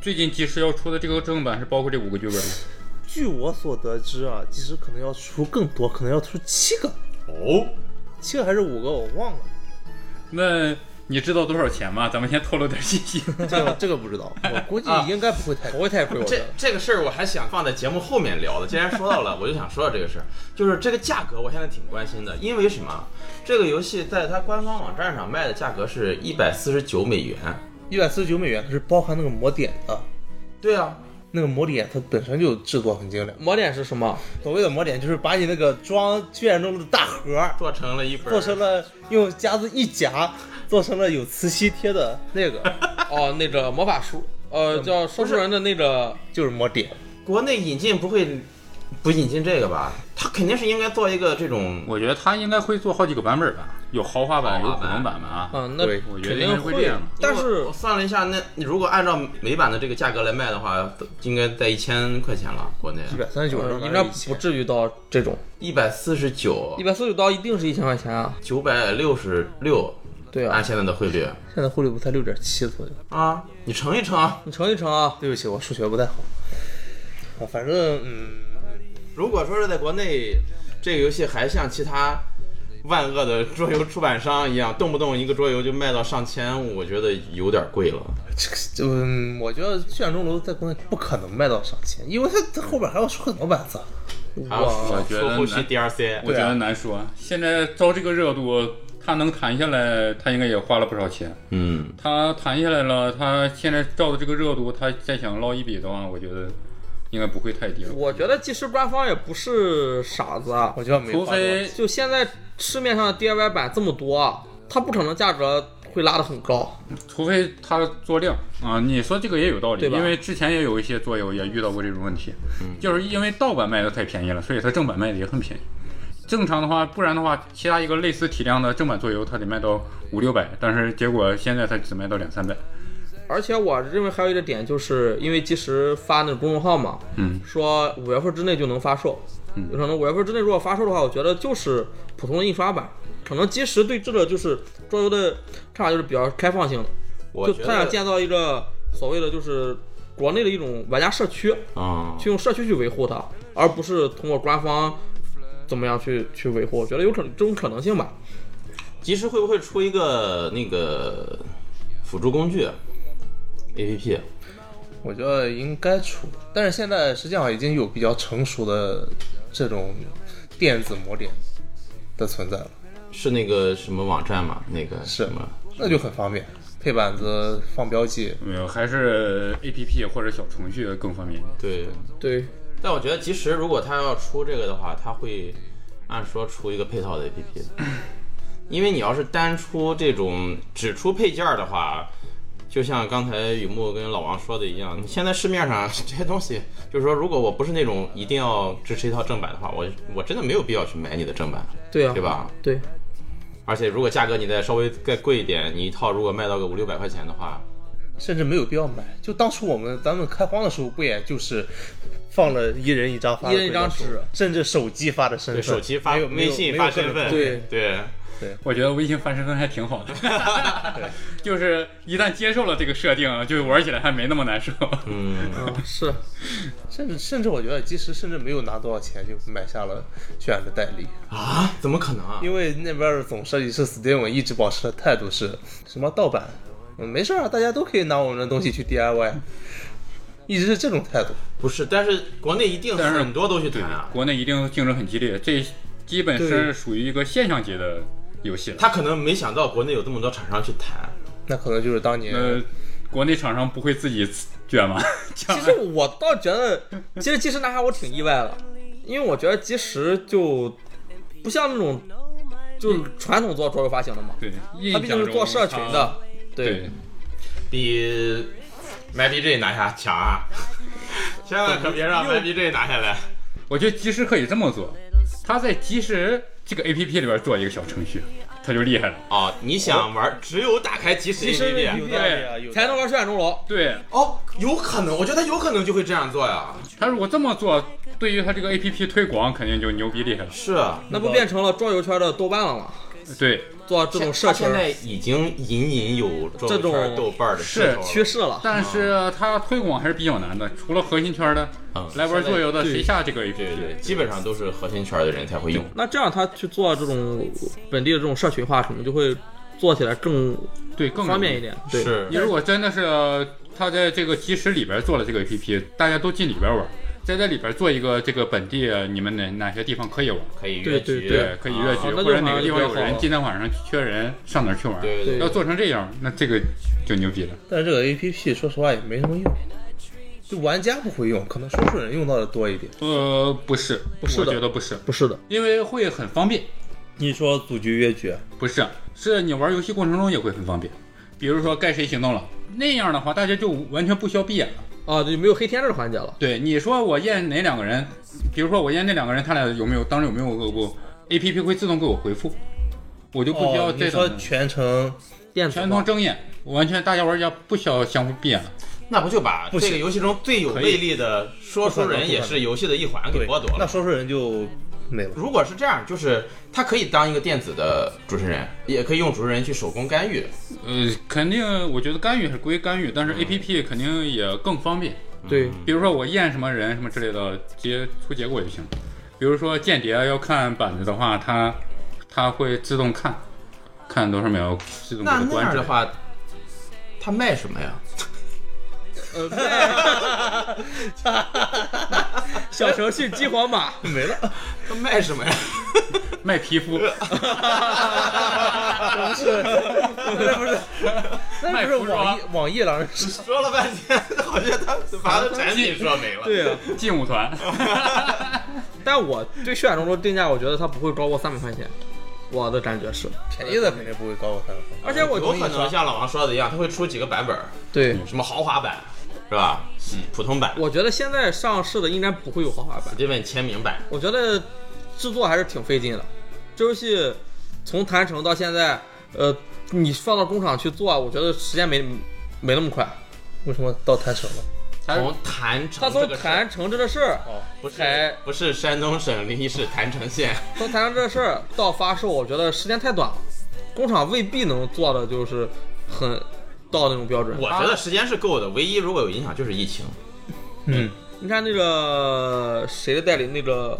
[SPEAKER 5] 最近及时要出的这个正版是包括这五个剧本吗？
[SPEAKER 6] 据我所得知啊，即使可能要出更多，可能要出七个，
[SPEAKER 3] 哦，
[SPEAKER 6] 七个还是五个我忘了。
[SPEAKER 5] 那你知道多少钱吗？咱们先透露点信息。
[SPEAKER 6] 这个这个不知道，我 估计应啊该不会太
[SPEAKER 4] 不会太贵，我觉
[SPEAKER 3] 这
[SPEAKER 4] 得。
[SPEAKER 3] 这个事儿我还想放在节目后面聊的，既然说到了，我就想说到这个事儿，就是这个价格我现在挺关心的，因为什么？这个游戏在它官方网站上卖的价格是一百四十九美元。
[SPEAKER 6] 一百四十九美元，它是包含那个模点的。
[SPEAKER 3] 对啊，
[SPEAKER 6] 那个模点它本身就制作很精良，
[SPEAKER 4] 魔点是什么？
[SPEAKER 6] 所谓的模点就是把你那个装卷帘中的大盒儿
[SPEAKER 3] 做成了一本，
[SPEAKER 6] 做成了用夹子一夹，做成了有磁吸贴的那 个，
[SPEAKER 4] 哦，那个魔法书，呃，叫说书人的那个
[SPEAKER 6] 就是模点。
[SPEAKER 3] 国内引进不会不引进这个吧？它肯定是应该做一个这种
[SPEAKER 5] 我觉得他应该会做好几个版本吧，有豪华版，
[SPEAKER 3] 豪
[SPEAKER 5] 有
[SPEAKER 3] 华
[SPEAKER 5] 普
[SPEAKER 3] 版
[SPEAKER 5] 通版吧啊。
[SPEAKER 4] 嗯，那
[SPEAKER 6] 对
[SPEAKER 5] 我觉得
[SPEAKER 4] 肯
[SPEAKER 5] 应该
[SPEAKER 4] 定
[SPEAKER 5] 会这样吧。
[SPEAKER 4] 但
[SPEAKER 3] 因为
[SPEAKER 4] 是
[SPEAKER 3] 我算了一下，那你如果按照美版的这个价格来卖的话，都应该在一千块钱了。国内
[SPEAKER 6] 一百三十九
[SPEAKER 4] 呃应
[SPEAKER 6] 嗯应
[SPEAKER 4] 该
[SPEAKER 6] 该
[SPEAKER 4] 不至于到这种
[SPEAKER 3] 一百四十九
[SPEAKER 4] 一，百四十刀，一定是一千块钱啊。
[SPEAKER 3] 九百六十六，
[SPEAKER 4] 对啊
[SPEAKER 3] 按，现在的汇率
[SPEAKER 6] 现在汇率不才六点七左右。
[SPEAKER 3] 啊，你乘一乘啊。
[SPEAKER 4] 你乘一乘啊，
[SPEAKER 6] 对不起，我数学不太好。啊，反正嗯，
[SPEAKER 3] 如果说是在国内，这个游戏还像其他万恶的桌游出版商一样，动不动一个桌游就卖到上千，我觉得有点贵了。
[SPEAKER 6] 这个就嗯，我觉得《卷中楼》在国内不可能卖到上千，因为它它后边还要出很多版子。啊
[SPEAKER 3] 还有
[SPEAKER 5] 我觉
[SPEAKER 3] 说
[SPEAKER 5] 得
[SPEAKER 3] 后续
[SPEAKER 5] 难
[SPEAKER 3] DLC，
[SPEAKER 5] 我觉得难说。现在招这个热度，他能谈下来，他应该也花了不少钱。
[SPEAKER 3] 嗯，
[SPEAKER 5] 他谈下来了，他现在照着这个热度，他再想捞一笔的话，我觉得应该不会太低了。
[SPEAKER 4] 我觉得技师官方也不是傻子啊
[SPEAKER 6] 我，觉得没
[SPEAKER 5] 除
[SPEAKER 6] 花多少
[SPEAKER 5] 非
[SPEAKER 4] 就现在市面上的 DIY 版这么多，啊它不可能价格会拉得很高。
[SPEAKER 5] 除非他做量啊，你说这个也有道理，
[SPEAKER 4] 对吧
[SPEAKER 5] 因为之前也有一些桌游也遇到过这种问题，
[SPEAKER 6] 嗯
[SPEAKER 5] 就是因为盗版卖的太便宜了，所以它正版卖的也很便宜。正常的话，不然的话，其他一个类似体量的正版桌游，它得卖到五六百，但是结果现在它只卖到两三百。
[SPEAKER 4] 而且我认为还有一个点，就是因为及时发那个公众号嘛，
[SPEAKER 5] 嗯，
[SPEAKER 4] 说五月份之内就能发售，
[SPEAKER 5] 嗯
[SPEAKER 4] 有可能五月份之内如果发售的话，我觉得就是普通的印刷版，可能及时对这个就是桌游的看法就是比较开放性的，
[SPEAKER 3] 我
[SPEAKER 4] 就
[SPEAKER 3] 觉
[SPEAKER 4] 他想
[SPEAKER 3] 得
[SPEAKER 4] 建造一个所谓的就是国内的一种玩家社区，
[SPEAKER 3] 啊，
[SPEAKER 4] 去用社区去维护它，而不是通过官方怎么样去去维护，我觉得有可能这种可能性吧。
[SPEAKER 3] 及时会不会出一个那个辅助工具啊 APP？
[SPEAKER 6] 我觉得应该出，但是现在实际上已经有比较成熟的这种电子模点的存在了，
[SPEAKER 3] 是那个什么网站吗？那个
[SPEAKER 6] 是
[SPEAKER 3] 什么？
[SPEAKER 6] 那就很方便，配板子、放标记。
[SPEAKER 5] 没有，还是 A P P 或者小程序更方便一点。
[SPEAKER 3] 对，
[SPEAKER 4] 对，
[SPEAKER 3] 但我觉得其实如果他要出这个的话，他会按说出一个配套的 APP 的，因为你要是单出这种只出配件儿的话，就像刚才雨木跟老王说的一样，你现在市面上 这些东西，就是说如果我不是那种一定要支持一套正版的话，我我真的没有必要去买你的正版，
[SPEAKER 4] 对啊，
[SPEAKER 3] 对？吧？
[SPEAKER 4] 对，
[SPEAKER 3] 而且如果价格你再稍微再贵一点，你一套如果卖到个五六百块钱的话，
[SPEAKER 6] 甚至没有必要买。就当初我们咱们开荒的时候，不也就是放了一人一张发的
[SPEAKER 4] 一人一张
[SPEAKER 6] 贵的手
[SPEAKER 4] 纸，
[SPEAKER 6] 甚至手机发的身
[SPEAKER 3] 对
[SPEAKER 6] 份，
[SPEAKER 3] 手机发
[SPEAKER 6] 没有没
[SPEAKER 3] 微
[SPEAKER 6] 有
[SPEAKER 3] 信
[SPEAKER 6] 没有
[SPEAKER 3] 发
[SPEAKER 6] 各种
[SPEAKER 3] 身份，
[SPEAKER 4] 对
[SPEAKER 3] 对。
[SPEAKER 5] 我觉得微信翻身份还挺好的， 就是一旦接受了这个设定，就玩起来还没那么难受。
[SPEAKER 3] 嗯，
[SPEAKER 4] 嗯， 是，
[SPEAKER 6] 甚至甚至我觉得，其实甚至没有拿多少钱就买下了渲染的代理，
[SPEAKER 3] 啊，怎么可能啊？
[SPEAKER 6] 因为那边的总设计师 Steven 一直保持的态度是什么盗版，嗯，没事儿啊，大家都可以拿我们的东西去 DIY，一直是这种态度。
[SPEAKER 3] 不是，但是国内一定
[SPEAKER 5] 但是
[SPEAKER 3] 很多都去
[SPEAKER 5] 对
[SPEAKER 3] 谈啊，。
[SPEAKER 5] 国内一定竞争很激烈，这基本是属于一个现象级的游戏了。
[SPEAKER 3] 他可能没想到国内有这么多厂商去谈，
[SPEAKER 6] 那可能就是当年
[SPEAKER 5] 呃，国内厂商不会自己卷 吗？
[SPEAKER 4] 其实我倒觉得，其实即时男孩我挺意外的，因为我觉得即时就不像那种就是传统做桌游发行的嘛，
[SPEAKER 5] 对，印
[SPEAKER 4] 它
[SPEAKER 5] 象
[SPEAKER 4] 毕竟是
[SPEAKER 5] 中啊
[SPEAKER 4] 做社群的
[SPEAKER 5] 它，，
[SPEAKER 4] 对，
[SPEAKER 3] 比 MyBJ 拿下强啊！ 千万可别让 MyBJ 拿下来。
[SPEAKER 5] 我觉得即时可以这么做，他在即时这个 A P P 里边做一个小程序，他就厉害了。
[SPEAKER 3] 哦，你想玩，只有打开即时
[SPEAKER 4] 即时
[SPEAKER 3] APP
[SPEAKER 6] 道理啊，有
[SPEAKER 4] 才能玩血染钟楼。
[SPEAKER 5] 对
[SPEAKER 3] 哦，有可能，我觉得他有可能就会这样做呀。
[SPEAKER 5] 他如果这么做，对于他这个 A P P 推广肯定就牛逼厉害了。
[SPEAKER 3] 是，啊
[SPEAKER 4] 那不变成了桌游圈的豆瓣了吗？
[SPEAKER 5] 对，
[SPEAKER 4] 做这种社
[SPEAKER 3] 他
[SPEAKER 4] 群
[SPEAKER 3] 现在已经隐隐有桌
[SPEAKER 4] 这
[SPEAKER 3] 游
[SPEAKER 4] 种
[SPEAKER 3] 圈豆瓣的势头了
[SPEAKER 4] 趋势了，
[SPEAKER 5] 但是它推广还是比较难的，除了核心圈的
[SPEAKER 3] 嗯
[SPEAKER 5] 来玩桌游的，谁下这个 A P
[SPEAKER 3] 对
[SPEAKER 5] P？
[SPEAKER 3] 对，基本上都是核心圈的人才会用。
[SPEAKER 4] 那这样他去做这种本地的这种社群化，可能就会做起来更
[SPEAKER 5] 对更
[SPEAKER 4] 方便一。点。对，
[SPEAKER 3] 是
[SPEAKER 5] 你如果真的是他在这个即时里边做了这个 APP，大家都进里边玩，再在里边做一个这个本地你们哪哪些地方可以玩，
[SPEAKER 3] 可以约
[SPEAKER 4] 对
[SPEAKER 3] 局，
[SPEAKER 4] 对
[SPEAKER 5] 对，可以约局，
[SPEAKER 4] 啊那
[SPEAKER 5] 或
[SPEAKER 4] 就
[SPEAKER 5] 者哪个地方
[SPEAKER 4] 好
[SPEAKER 5] 有
[SPEAKER 4] 像就比较
[SPEAKER 5] 人，
[SPEAKER 4] 好
[SPEAKER 5] 今天晚上缺人，上哪儿去玩？
[SPEAKER 3] 对
[SPEAKER 4] 对
[SPEAKER 5] 要做成这样，那这个就牛逼了。
[SPEAKER 6] 但是这个 A P P 说实话也没什么用，就玩家不会用，可能说书人用到的多一点。
[SPEAKER 5] 呃，不是，
[SPEAKER 4] 不是
[SPEAKER 5] 我
[SPEAKER 4] 的
[SPEAKER 5] 觉得不是，
[SPEAKER 4] 不是的，
[SPEAKER 5] 因为会很方便。
[SPEAKER 6] 你说组局越局，
[SPEAKER 5] 不是，是你玩游戏过程中也会很方便。比如说该谁行动了，那样的话大家就完全不需要闭眼了。
[SPEAKER 4] 啊，就没有黑天这个环节了。
[SPEAKER 5] 对，你说我验哪两个人，比如说我验那两个人，他俩有没有当时有没有恶过，A P P 会自动给我回复，我就不需要
[SPEAKER 6] 哦，
[SPEAKER 5] 这
[SPEAKER 6] 你
[SPEAKER 5] 种、
[SPEAKER 6] 说全程
[SPEAKER 4] 电子
[SPEAKER 5] 全
[SPEAKER 4] 化
[SPEAKER 5] 程睁眼，完全大家玩家不需要相互闭眼了。
[SPEAKER 3] 那不就把这个游戏中最有魅力的说书人，也是游戏的一环给
[SPEAKER 6] 对
[SPEAKER 3] 剥夺
[SPEAKER 6] 那
[SPEAKER 3] 了？
[SPEAKER 6] 说书人就没了。
[SPEAKER 3] 如果是这样，就是他可以当一个电子的主持人，也可以用主持人去手工干预。
[SPEAKER 5] 呃，肯定我觉得干预是归干预，但是
[SPEAKER 3] 嗯
[SPEAKER 5] A P P 肯定也更方便。
[SPEAKER 4] 对
[SPEAKER 5] 比如说我验什么人什么之类的，直接出结果就行了。比如说间谍要看板子的话，它它会自动看，看多少秒自动给
[SPEAKER 3] 那
[SPEAKER 5] 它
[SPEAKER 3] 那
[SPEAKER 5] 关
[SPEAKER 3] 样
[SPEAKER 5] 住
[SPEAKER 3] 的。话，他卖什么呀？
[SPEAKER 4] 小程序激活码，
[SPEAKER 3] 他卖什 么呀？
[SPEAKER 5] 卖皮肤，
[SPEAKER 6] 那不是，那不是网易网易狼人杀
[SPEAKER 3] 说了半天，好像他把他的产品说没了。
[SPEAKER 4] 对啊。
[SPEAKER 5] 劲舞团。
[SPEAKER 4] 但我对血海中的定价，我觉得它不会高过三百块钱，我的感觉是。
[SPEAKER 6] 便宜的肯定不会高过三分。
[SPEAKER 4] 而且我
[SPEAKER 3] 有
[SPEAKER 4] 同意啊
[SPEAKER 3] 可能像老王说的一样，他会出几个版本，
[SPEAKER 4] 对，
[SPEAKER 3] 什么豪华版，是吧？嗯普通版，
[SPEAKER 4] 我觉得现在上市的应该不会有豪华版。
[SPEAKER 3] 这本签名版。
[SPEAKER 4] 我觉得制作还是挺费劲的，这游戏从谈成到现在，呃，你放到工厂去做，我觉得时间没没那么快。
[SPEAKER 6] 为什么到谈成了？
[SPEAKER 5] 还是
[SPEAKER 3] 从坛城
[SPEAKER 4] 他从
[SPEAKER 3] 这个事儿，
[SPEAKER 4] 谈成这个事儿，
[SPEAKER 3] 不是
[SPEAKER 4] 台啊
[SPEAKER 3] 不是山东省临沂市坛城县，
[SPEAKER 4] 从谈成这个事儿到发售，我觉得时间太短了，工厂未必能做的就是很到那种标准。
[SPEAKER 3] 我觉得时间是够的。唯一如果有影响就是疫情，
[SPEAKER 6] 嗯，
[SPEAKER 4] 你看那个谁的代理那个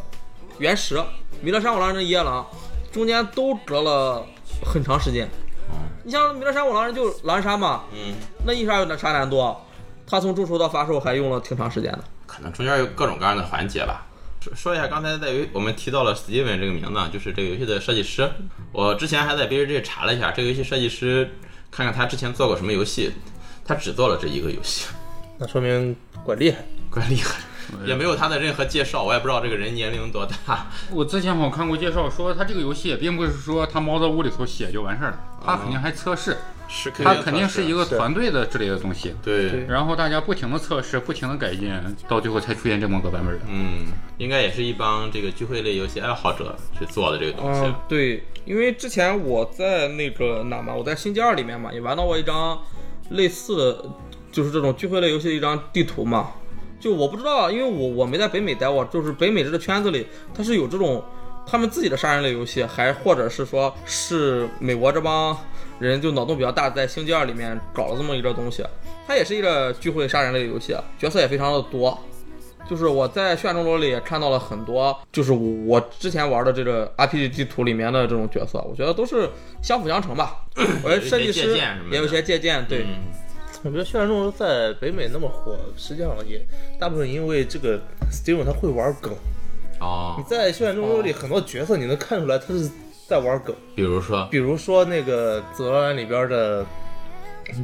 [SPEAKER 4] 原石，弥勒山五郎人、野狼，中间都隔了很长时间。你像弥勒山五郎人就狼人杀嘛，
[SPEAKER 3] 嗯，
[SPEAKER 4] 那一杀有啥难度啊？他从注册到发售还用了挺长时间的。
[SPEAKER 3] 可能中间有各种各样的环节吧。说说一下，刚才在于我们提到了 Steven 这个名字啊，就是这个游戏的设计师。我之前还在 BJJ 查了一下，这个游戏设计师，看看他之前做过什么游戏，他只做了这一个游戏，
[SPEAKER 6] 那说明管厉害。
[SPEAKER 3] 怪厉害，也没有他的任何介绍，我也不知道这个人年龄多大。
[SPEAKER 5] 我之前好像看过介绍说，他这个游戏也并不是说他猫到屋里头写就完事儿了，他肯定还测试，
[SPEAKER 3] 是嗯肯
[SPEAKER 5] 他肯定是一个
[SPEAKER 6] 是
[SPEAKER 5] 团队的之类的东西。
[SPEAKER 3] 对，
[SPEAKER 5] 然后大家不停的测试，不停的改进，到最后才出现这么个版本的。
[SPEAKER 3] 嗯，应该也是一帮这个聚会类游戏爱好者去做的这个东西。
[SPEAKER 5] 哦
[SPEAKER 4] 嗯，对，因为之前我在那个哪嘛，我在星期二里面嘛，也玩到过一张类似的，就是这种聚会类游戏的一张地图嘛。就我不知道，因为我我没在北美待过，就是北美这个圈子里，它是有这种他们自己的杀人类游戏，还或者是说是美国这帮人就脑洞比较大，在星期二里面搞了这么一个东西。它也是一个聚会杀人类游戏，角色也非常的多。就是我在《血染钟楼》里也看到了很多，就是我之前玩的这个 RPG 地图里面的这种角色，我觉得都是相辅相成吧。我觉得设计
[SPEAKER 3] 有一些借
[SPEAKER 4] 师
[SPEAKER 3] 鉴什么的
[SPEAKER 4] 也有一些借鉴，对，
[SPEAKER 3] 嗯
[SPEAKER 6] 我觉得《血染钟楼》在北美那么火，实际上也大部分因为这个 Steven 他会玩梗。
[SPEAKER 3] 哦
[SPEAKER 6] 你，在《血染钟楼》里
[SPEAKER 4] 哦
[SPEAKER 6] 很多角色你能看出来他是在玩梗，
[SPEAKER 3] 比如说，
[SPEAKER 6] 比如说那个《紫罗兰》里边的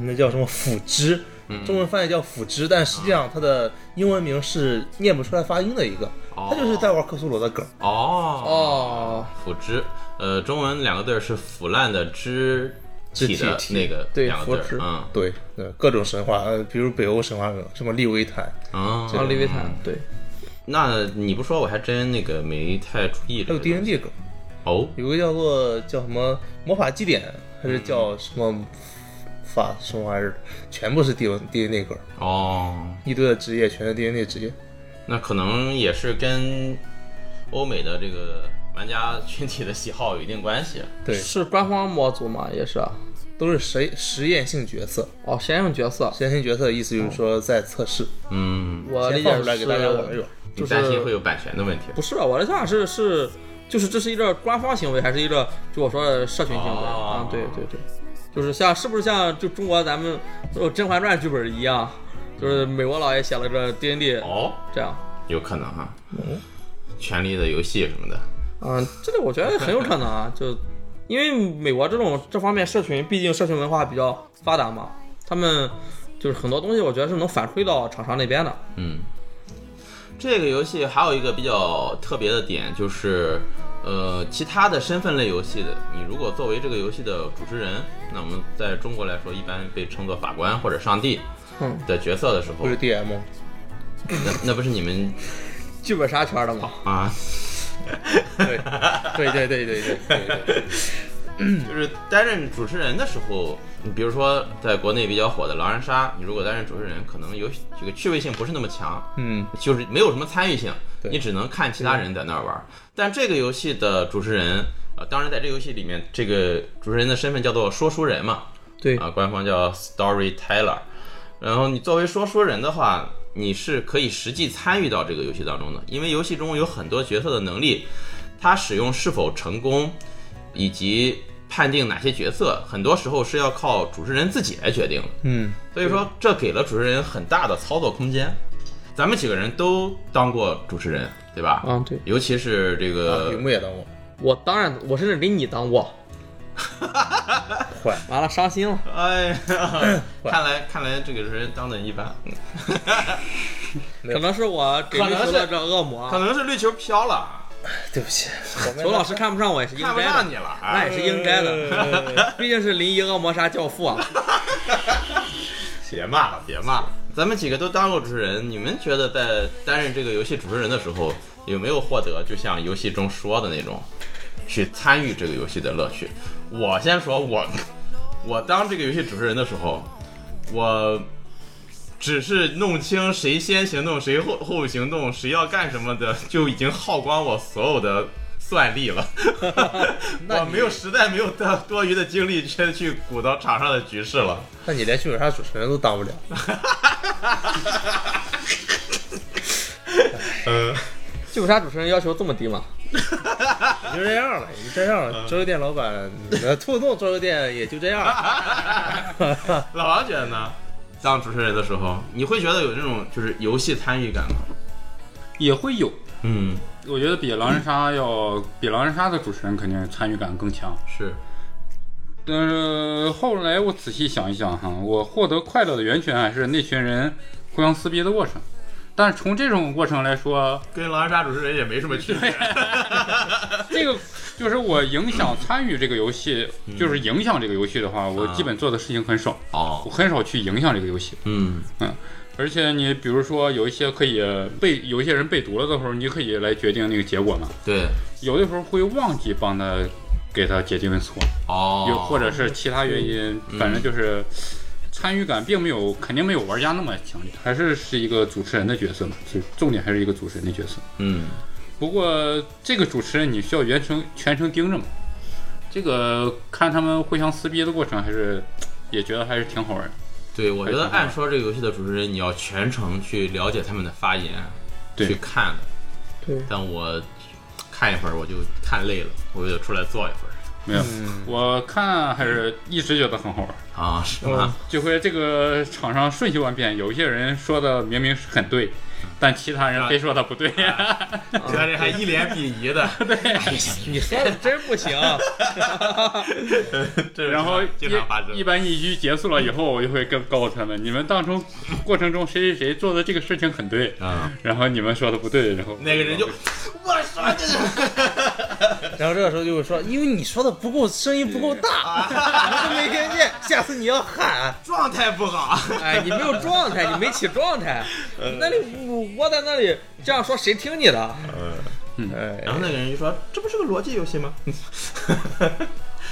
[SPEAKER 6] 那叫什么腐殖，
[SPEAKER 3] 嗯
[SPEAKER 6] 中文翻译叫腐殖，但实际上它的英文名是念不出来发音的一个，他就是在玩克苏鲁的梗。
[SPEAKER 3] 哦
[SPEAKER 4] 哦，
[SPEAKER 3] 腐殖，呃，中文两个字儿是腐烂的肢体的
[SPEAKER 6] 肢体
[SPEAKER 3] 那个
[SPEAKER 4] 对
[SPEAKER 3] 两个
[SPEAKER 4] 腐
[SPEAKER 3] 字
[SPEAKER 4] 殖
[SPEAKER 3] 儿，嗯
[SPEAKER 6] 对，呃，各种神话，呃，比如北欧神话梗，什么利维坦，
[SPEAKER 3] 啊，
[SPEAKER 4] 像利维坦，对，
[SPEAKER 3] 那你不说我还真那个没太注意
[SPEAKER 6] 还
[SPEAKER 3] 这
[SPEAKER 6] 有
[SPEAKER 3] 个
[SPEAKER 6] D N D 梗，
[SPEAKER 3] 哦，
[SPEAKER 6] 有个叫做叫什么魔法祭典，还是叫什么法什么玩意儿，全部是 D N D N D 梗，
[SPEAKER 3] 哦，
[SPEAKER 6] 一堆的职业全是 D N D 职业。
[SPEAKER 3] 那可能也是跟欧美的这个玩家群体的喜好有一定关系。
[SPEAKER 6] 对，
[SPEAKER 4] 是官方模组嘛，也是啊。
[SPEAKER 6] 都是实实验性角色，
[SPEAKER 4] 哦，实验用角色，
[SPEAKER 6] 实验性角色的意思就是说在测试，
[SPEAKER 3] 嗯，
[SPEAKER 4] 我理
[SPEAKER 6] 哦先
[SPEAKER 4] 解
[SPEAKER 6] 放
[SPEAKER 4] 是
[SPEAKER 6] 出来给大家玩一玩。
[SPEAKER 3] 你
[SPEAKER 4] 就是
[SPEAKER 3] 担心会有版权的问题？
[SPEAKER 4] 不是啊，我的想法是是，就是这是一个官方行为，还是一个就我说的社群行为、
[SPEAKER 3] 哦
[SPEAKER 4] 啊？对对对，就是像是不是像就中国咱们做《甄嬛传》剧本一样，就是美国佬也写了个 D N D
[SPEAKER 3] 哦，
[SPEAKER 4] 这样。
[SPEAKER 3] 有可能哈，权力的游戏什么的，
[SPEAKER 4] 嗯，这个我觉得很有可能啊，就因为美国这种这方面社群，毕竟社群文化比较发达嘛，他们就是很多东西，我觉得是能反馈到厂商那边的。
[SPEAKER 3] 嗯，这个游戏还有一个比较特别的点就是，呃，其他的身份类游戏的，你如果作为这个游戏的主持人，那我们在中国来说一般被称作法官或者上帝
[SPEAKER 4] 嗯
[SPEAKER 3] 的角色的时候
[SPEAKER 6] 不，是 DM，
[SPEAKER 3] 那那不是你们
[SPEAKER 4] 剧本杀圈的嘛，
[SPEAKER 3] 啊，
[SPEAKER 6] 对，对对对对对对对，
[SPEAKER 3] 就是担任主持人的时候，你比如说在国内比较火的狼人杀，你如果担任主持人，可能有这个趣味性不是那么强，
[SPEAKER 6] 嗯，
[SPEAKER 3] 就是没有什么参与性，
[SPEAKER 6] 对
[SPEAKER 3] 你只能看其他人在那儿玩儿。但这个游戏的主持人，呃，当然在这个游戏里面，这个主持人的身份叫做说书人嘛，
[SPEAKER 4] 对
[SPEAKER 3] 啊、官方叫 storyteller。然后你作为说书人的话，你是可以实际参与到这个游戏当中的，因为游戏中有很多角色的能力，他使用是否成功，以及判定哪些角色，很多时候是要靠主持人自己来决定的。
[SPEAKER 6] 嗯，
[SPEAKER 3] 所以说，这给了主持人很大的操作空间。咱们几个人都当过主持人，对吧？
[SPEAKER 4] 嗯对
[SPEAKER 3] 尤其是这个
[SPEAKER 6] 屏幕也当过，
[SPEAKER 4] 我当然，我甚至给你当过，
[SPEAKER 6] 坏，
[SPEAKER 4] 完了伤心了。
[SPEAKER 3] 哎呀， 看来看来这个人当的一般，嗯
[SPEAKER 4] 可能是我给
[SPEAKER 3] 可
[SPEAKER 4] 你
[SPEAKER 3] 能
[SPEAKER 4] 说
[SPEAKER 3] 是
[SPEAKER 4] 的这恶魔
[SPEAKER 3] 可
[SPEAKER 4] 啊，
[SPEAKER 3] 能是绿球飘了，
[SPEAKER 6] 对不 起，
[SPEAKER 4] 裘老师看不上我也是应
[SPEAKER 3] 看不
[SPEAKER 4] 该
[SPEAKER 3] 上
[SPEAKER 4] 的，
[SPEAKER 3] 你了。
[SPEAKER 4] 那
[SPEAKER 3] 哎，
[SPEAKER 4] 也是应该的，毕竟是临沂恶魔杀教父啊。
[SPEAKER 3] 别骂了，别骂了。咱们几个都当过主持人，你们觉得在担任这个游戏主持人的时候，有没有获得就像游戏中说的那种，去参与这个游戏的乐趣？我先说我， 我当这个游戏主持人的时候，我只是弄清谁先行动，谁后后行动，谁要干什么的，就已经耗光我所有的算力 了。我没有，实在没有多多余的精力去去鼓捣场上的局势了。
[SPEAKER 6] 那你连剧本杀主持人都当不了，
[SPEAKER 4] 剧本杀主持人要求这么低吗？
[SPEAKER 6] 你就这样了，你就这样了。桌游店老板，呃，兔子洞桌游店也就这样，
[SPEAKER 3] 老王觉得呢？当主持人的时候，你会觉得有这种就是游戏参与感吗？
[SPEAKER 5] 也会有。
[SPEAKER 3] 嗯，
[SPEAKER 5] 我觉得比狼人杀要比狼人杀的主持人肯定参与感更强，
[SPEAKER 3] 是，
[SPEAKER 5] 但是后来我仔细想一想哈，我获得快乐的源泉还是那群人互相撕逼的过程。但是从这种过程来说，
[SPEAKER 3] 跟狼人杀主持人也没什么区别。
[SPEAKER 5] 这个就是我影响参与这个游戏，就是影响这个游戏的话，我基本做的事情很少，我
[SPEAKER 3] 哦，
[SPEAKER 5] 很少去影响这个游戏。
[SPEAKER 3] 嗯，
[SPEAKER 5] 而且你比如说有一些可以被有一些人被毒了的时候，你可以来决定那个结果嘛。
[SPEAKER 3] 对，
[SPEAKER 5] 有的时候会忘记帮他给他解定错，
[SPEAKER 3] 哦，
[SPEAKER 5] 又或者是其他原因，反正就是参与感并没有，肯定没有玩家那么强烈，还是是一个主持人的角色嘛，就重点还是一个主持人的角色。
[SPEAKER 3] 嗯，
[SPEAKER 5] 不过这个主持人你需要全程全程盯着嘛，这个看他们互相撕逼的过程，还是也觉得还是挺好玩的。
[SPEAKER 3] 对，我觉
[SPEAKER 5] 还
[SPEAKER 3] 得
[SPEAKER 5] 挺好玩
[SPEAKER 3] 按说这个游戏的主持人，你要全程去了解他们的发言，
[SPEAKER 5] 对
[SPEAKER 3] 去看的。
[SPEAKER 4] 对
[SPEAKER 3] 但我看一会儿我就看累了，我就出来坐一会儿。
[SPEAKER 5] 没有，我看还是一直觉得很好玩。
[SPEAKER 3] 啊，是吗？
[SPEAKER 5] 就会这个场上瞬息万变，有一些人说的明明是很对，
[SPEAKER 3] 嗯
[SPEAKER 5] 但其他人非说的不对。
[SPEAKER 3] 啊其他人还一脸鄙夷的，
[SPEAKER 4] 你说的真不行。
[SPEAKER 3] 这是
[SPEAKER 5] 然后
[SPEAKER 3] 经常发生
[SPEAKER 5] 一一。般一局结束了以后，我就会跟告诉他们，你们当中过程中谁谁谁做的这个事情很对，
[SPEAKER 3] 啊，
[SPEAKER 5] 然后你们说的不对，然后
[SPEAKER 3] 那个人就，我说这是，
[SPEAKER 6] 然后这个时候就会说，因为你说的不够，声音不够
[SPEAKER 3] 啊
[SPEAKER 6] 大，我都没听见，下次你要喊，
[SPEAKER 3] 状态不好。
[SPEAKER 4] 哎，你没有状态，你没起状态，
[SPEAKER 3] 呃
[SPEAKER 4] 那里我窝在那里这样说，谁听你的？
[SPEAKER 6] 哎
[SPEAKER 3] 然，后那个人就说：“这不是个逻辑游戏吗？”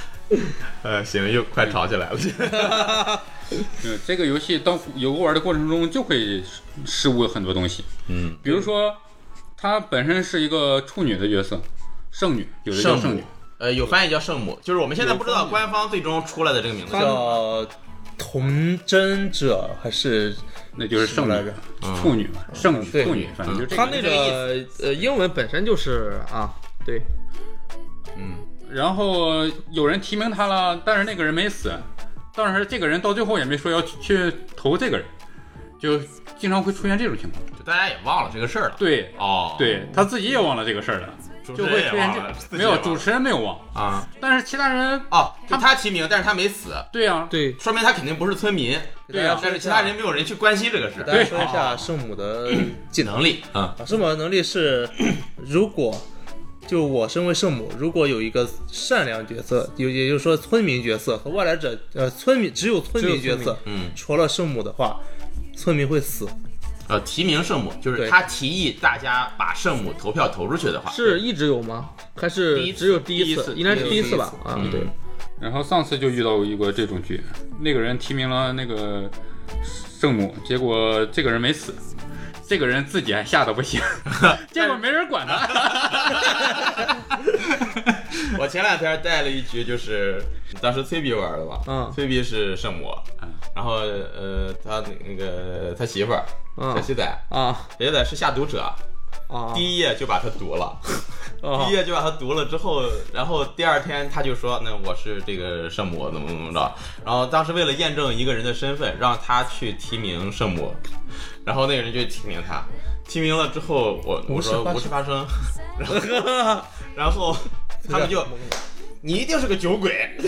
[SPEAKER 3] 呃，行，又快吵起来了。
[SPEAKER 5] 嗯，这个游戏当游玩的过程中就会失误很多东西，
[SPEAKER 3] 嗯，
[SPEAKER 5] 比如说她本身是一个处女的角色，圣女，有的叫
[SPEAKER 3] 圣
[SPEAKER 5] 圣
[SPEAKER 3] 母
[SPEAKER 5] 女，
[SPEAKER 3] 呃，有翻译叫圣母，就是我们现在不知道官方最终出来的这个名字叫
[SPEAKER 6] 叫童真者还是
[SPEAKER 5] 那就是
[SPEAKER 6] 什么
[SPEAKER 5] 圣女
[SPEAKER 6] 来着，
[SPEAKER 5] 处女
[SPEAKER 3] 嗯
[SPEAKER 5] 嘛，圣女，
[SPEAKER 6] 对
[SPEAKER 5] 处女，反正就这个
[SPEAKER 4] 他那个呃，英文本身就是啊，对，
[SPEAKER 5] 然后有人提名他了，但是那个人没死，但是这个人到最后也没说要去去投这个人，就经常会出现这种情况。
[SPEAKER 3] 就大家也忘了这个事儿了。
[SPEAKER 5] 对，
[SPEAKER 3] 哦，，
[SPEAKER 5] 对他自己也忘了这个事儿了，
[SPEAKER 3] 主持
[SPEAKER 5] 就
[SPEAKER 3] 人
[SPEAKER 5] 会
[SPEAKER 3] 也
[SPEAKER 5] 出现
[SPEAKER 3] 忘了，自己
[SPEAKER 5] 这没
[SPEAKER 3] 也
[SPEAKER 5] 有
[SPEAKER 3] 忘
[SPEAKER 5] 主
[SPEAKER 3] 了
[SPEAKER 5] 持人没有忘，
[SPEAKER 3] 啊。
[SPEAKER 5] 但是其他人
[SPEAKER 3] 哦，就
[SPEAKER 5] 他
[SPEAKER 3] 他提名，但是他没死，
[SPEAKER 5] 对啊呀、
[SPEAKER 6] 对，
[SPEAKER 3] 说明他肯定不是村民，
[SPEAKER 5] 对呀、
[SPEAKER 3] 但是其他人没有人去关心这个事
[SPEAKER 6] 大家
[SPEAKER 3] 儿。
[SPEAKER 6] 说一 下圣母的
[SPEAKER 3] 技能力，嗯，
[SPEAKER 6] 啊，圣母的能力 是，如果就我身为圣母，如果有一个善良角色，有也就是说村民角色和外来者，呃，村民只有村民角色，
[SPEAKER 3] 民嗯
[SPEAKER 6] 除了圣母的话，村民会死，
[SPEAKER 3] 呃，提名圣母就是
[SPEAKER 6] 对
[SPEAKER 3] 他提议大家把圣母投票投出去的话，
[SPEAKER 4] 是一直有吗？还
[SPEAKER 3] 第一次
[SPEAKER 4] 是只有第
[SPEAKER 3] 第一
[SPEAKER 4] 一
[SPEAKER 3] 次
[SPEAKER 4] 次？应该是
[SPEAKER 6] 第
[SPEAKER 4] 第
[SPEAKER 6] 一
[SPEAKER 4] 一
[SPEAKER 6] 次
[SPEAKER 4] 次吧？啊，
[SPEAKER 3] 嗯
[SPEAKER 4] 对，
[SPEAKER 5] 然后上次就遇到一个这种局，那个人提名了那个圣母，结果这个人没死，这个人自己还吓得 不行，结果没人管他。
[SPEAKER 3] 我前两天带了一局，就是当时崔比玩的吧，
[SPEAKER 4] 嗯
[SPEAKER 3] 崔比是圣母，然后呃，他那个他媳妇儿
[SPEAKER 4] 嗯
[SPEAKER 3] 小西仔，
[SPEAKER 4] 啊
[SPEAKER 3] 小西仔是下毒者，
[SPEAKER 4] 啊
[SPEAKER 3] 第一夜就把他毒了，
[SPEAKER 4] 啊
[SPEAKER 3] 第一夜就把他毒了之后，然后第二天他就说，那我是这个圣母，怎么怎么着，然后当时为了验证一个人的身份，让他去提名圣母，然后那个人就提名他，提名了之后，我我说无事发生， 然后然后他们就。你一定是个酒鬼，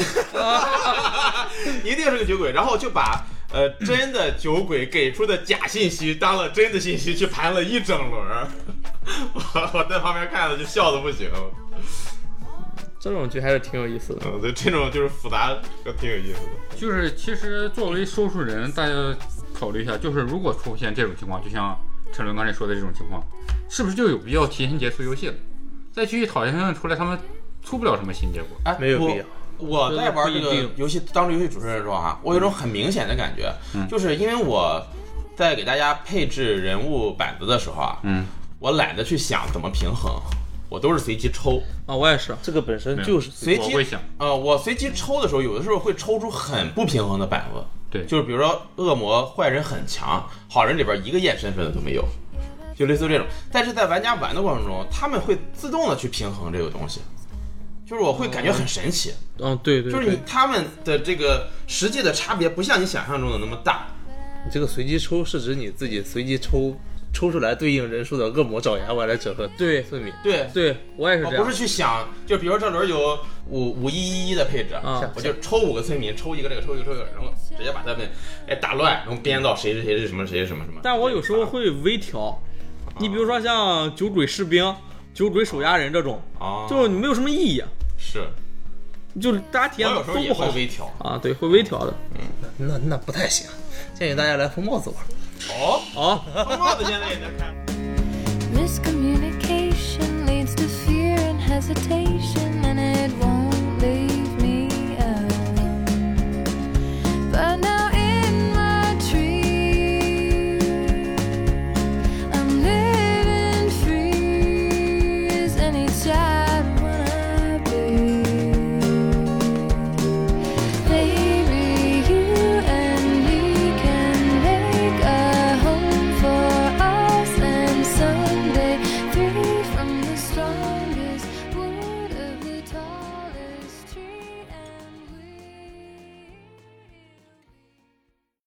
[SPEAKER 3] 你一定是个酒鬼，然后就把呃真的酒鬼给出的假信息当了真的信息去盘了一整轮儿， 我我在旁边看了就笑的不行，
[SPEAKER 4] 这种局还是挺有意思的。
[SPEAKER 3] 嗯，对，这种就是复杂和挺有意思的，
[SPEAKER 5] 就是其实作为说书人，大家考虑一下，就是如果出现这种情况，就像陈伦刚才说的这种情况，是不是就有必要提前结束游戏了？再继续讨厌他们出来，他们出不了什么新结果。
[SPEAKER 3] 哎
[SPEAKER 6] 没有必要。
[SPEAKER 3] 我我在玩这
[SPEAKER 4] 不一
[SPEAKER 3] 个
[SPEAKER 4] 定
[SPEAKER 3] 游戏，当这游戏主持人的时候啊，我有一种很明显的感觉，
[SPEAKER 5] 嗯
[SPEAKER 3] 就是因为我在给大家配置人物板子的时候啊，
[SPEAKER 5] 嗯，
[SPEAKER 3] 我懒得去想怎么平衡，我都是随机抽。
[SPEAKER 4] 啊，我也是。
[SPEAKER 6] 这个本身就是
[SPEAKER 3] 随
[SPEAKER 5] 我
[SPEAKER 3] 机
[SPEAKER 5] 会想，
[SPEAKER 3] 呃，我随机抽的时候，有的时候会抽出很不平衡的板子，
[SPEAKER 5] 对，
[SPEAKER 3] 就是比如说恶魔、坏人很强，好人里边一个验身份的都没有，就类似于这种。但是在玩家玩的过程中，他们会自动的去平衡这个东西，就是我会感觉很神奇，
[SPEAKER 4] 嗯，对对
[SPEAKER 3] 就是你
[SPEAKER 4] 对，
[SPEAKER 3] 他们的这个实际的差别不像你想象中的那么大。
[SPEAKER 6] 你这个随机抽是指你自己随机抽抽出来对应人数的恶魔、爪牙、外来者和
[SPEAKER 4] 对
[SPEAKER 6] 村民。
[SPEAKER 3] 对，
[SPEAKER 4] 对我也是
[SPEAKER 3] 我
[SPEAKER 4] 这
[SPEAKER 3] 啊不是
[SPEAKER 4] 样。
[SPEAKER 3] 去想，就比如这轮有五五一一一的配置，
[SPEAKER 4] 啊
[SPEAKER 3] 我就抽五个村民，抽一个这个，抽一个抽一个，然后直接把他们哎打乱，然后编到谁是谁是什么谁是什么什么。
[SPEAKER 4] 但我有时候会微调，你比如说像酒鬼士兵、酒鬼手压人这种，
[SPEAKER 3] 啊，
[SPEAKER 4] 就是你没有什么意义，
[SPEAKER 3] 是，
[SPEAKER 4] 就是大家体
[SPEAKER 3] 我
[SPEAKER 4] 验
[SPEAKER 3] 有时候
[SPEAKER 4] 都
[SPEAKER 3] 也
[SPEAKER 4] 不好
[SPEAKER 3] 会。微调。
[SPEAKER 4] 啊，对，会微调的。
[SPEAKER 6] 那那不太行，建议大家来疯帽子玩。
[SPEAKER 3] 哦，
[SPEAKER 4] 好，
[SPEAKER 3] 帽子现在也能看。
[SPEAKER 8] Miscommunication leads to fear and hesitation.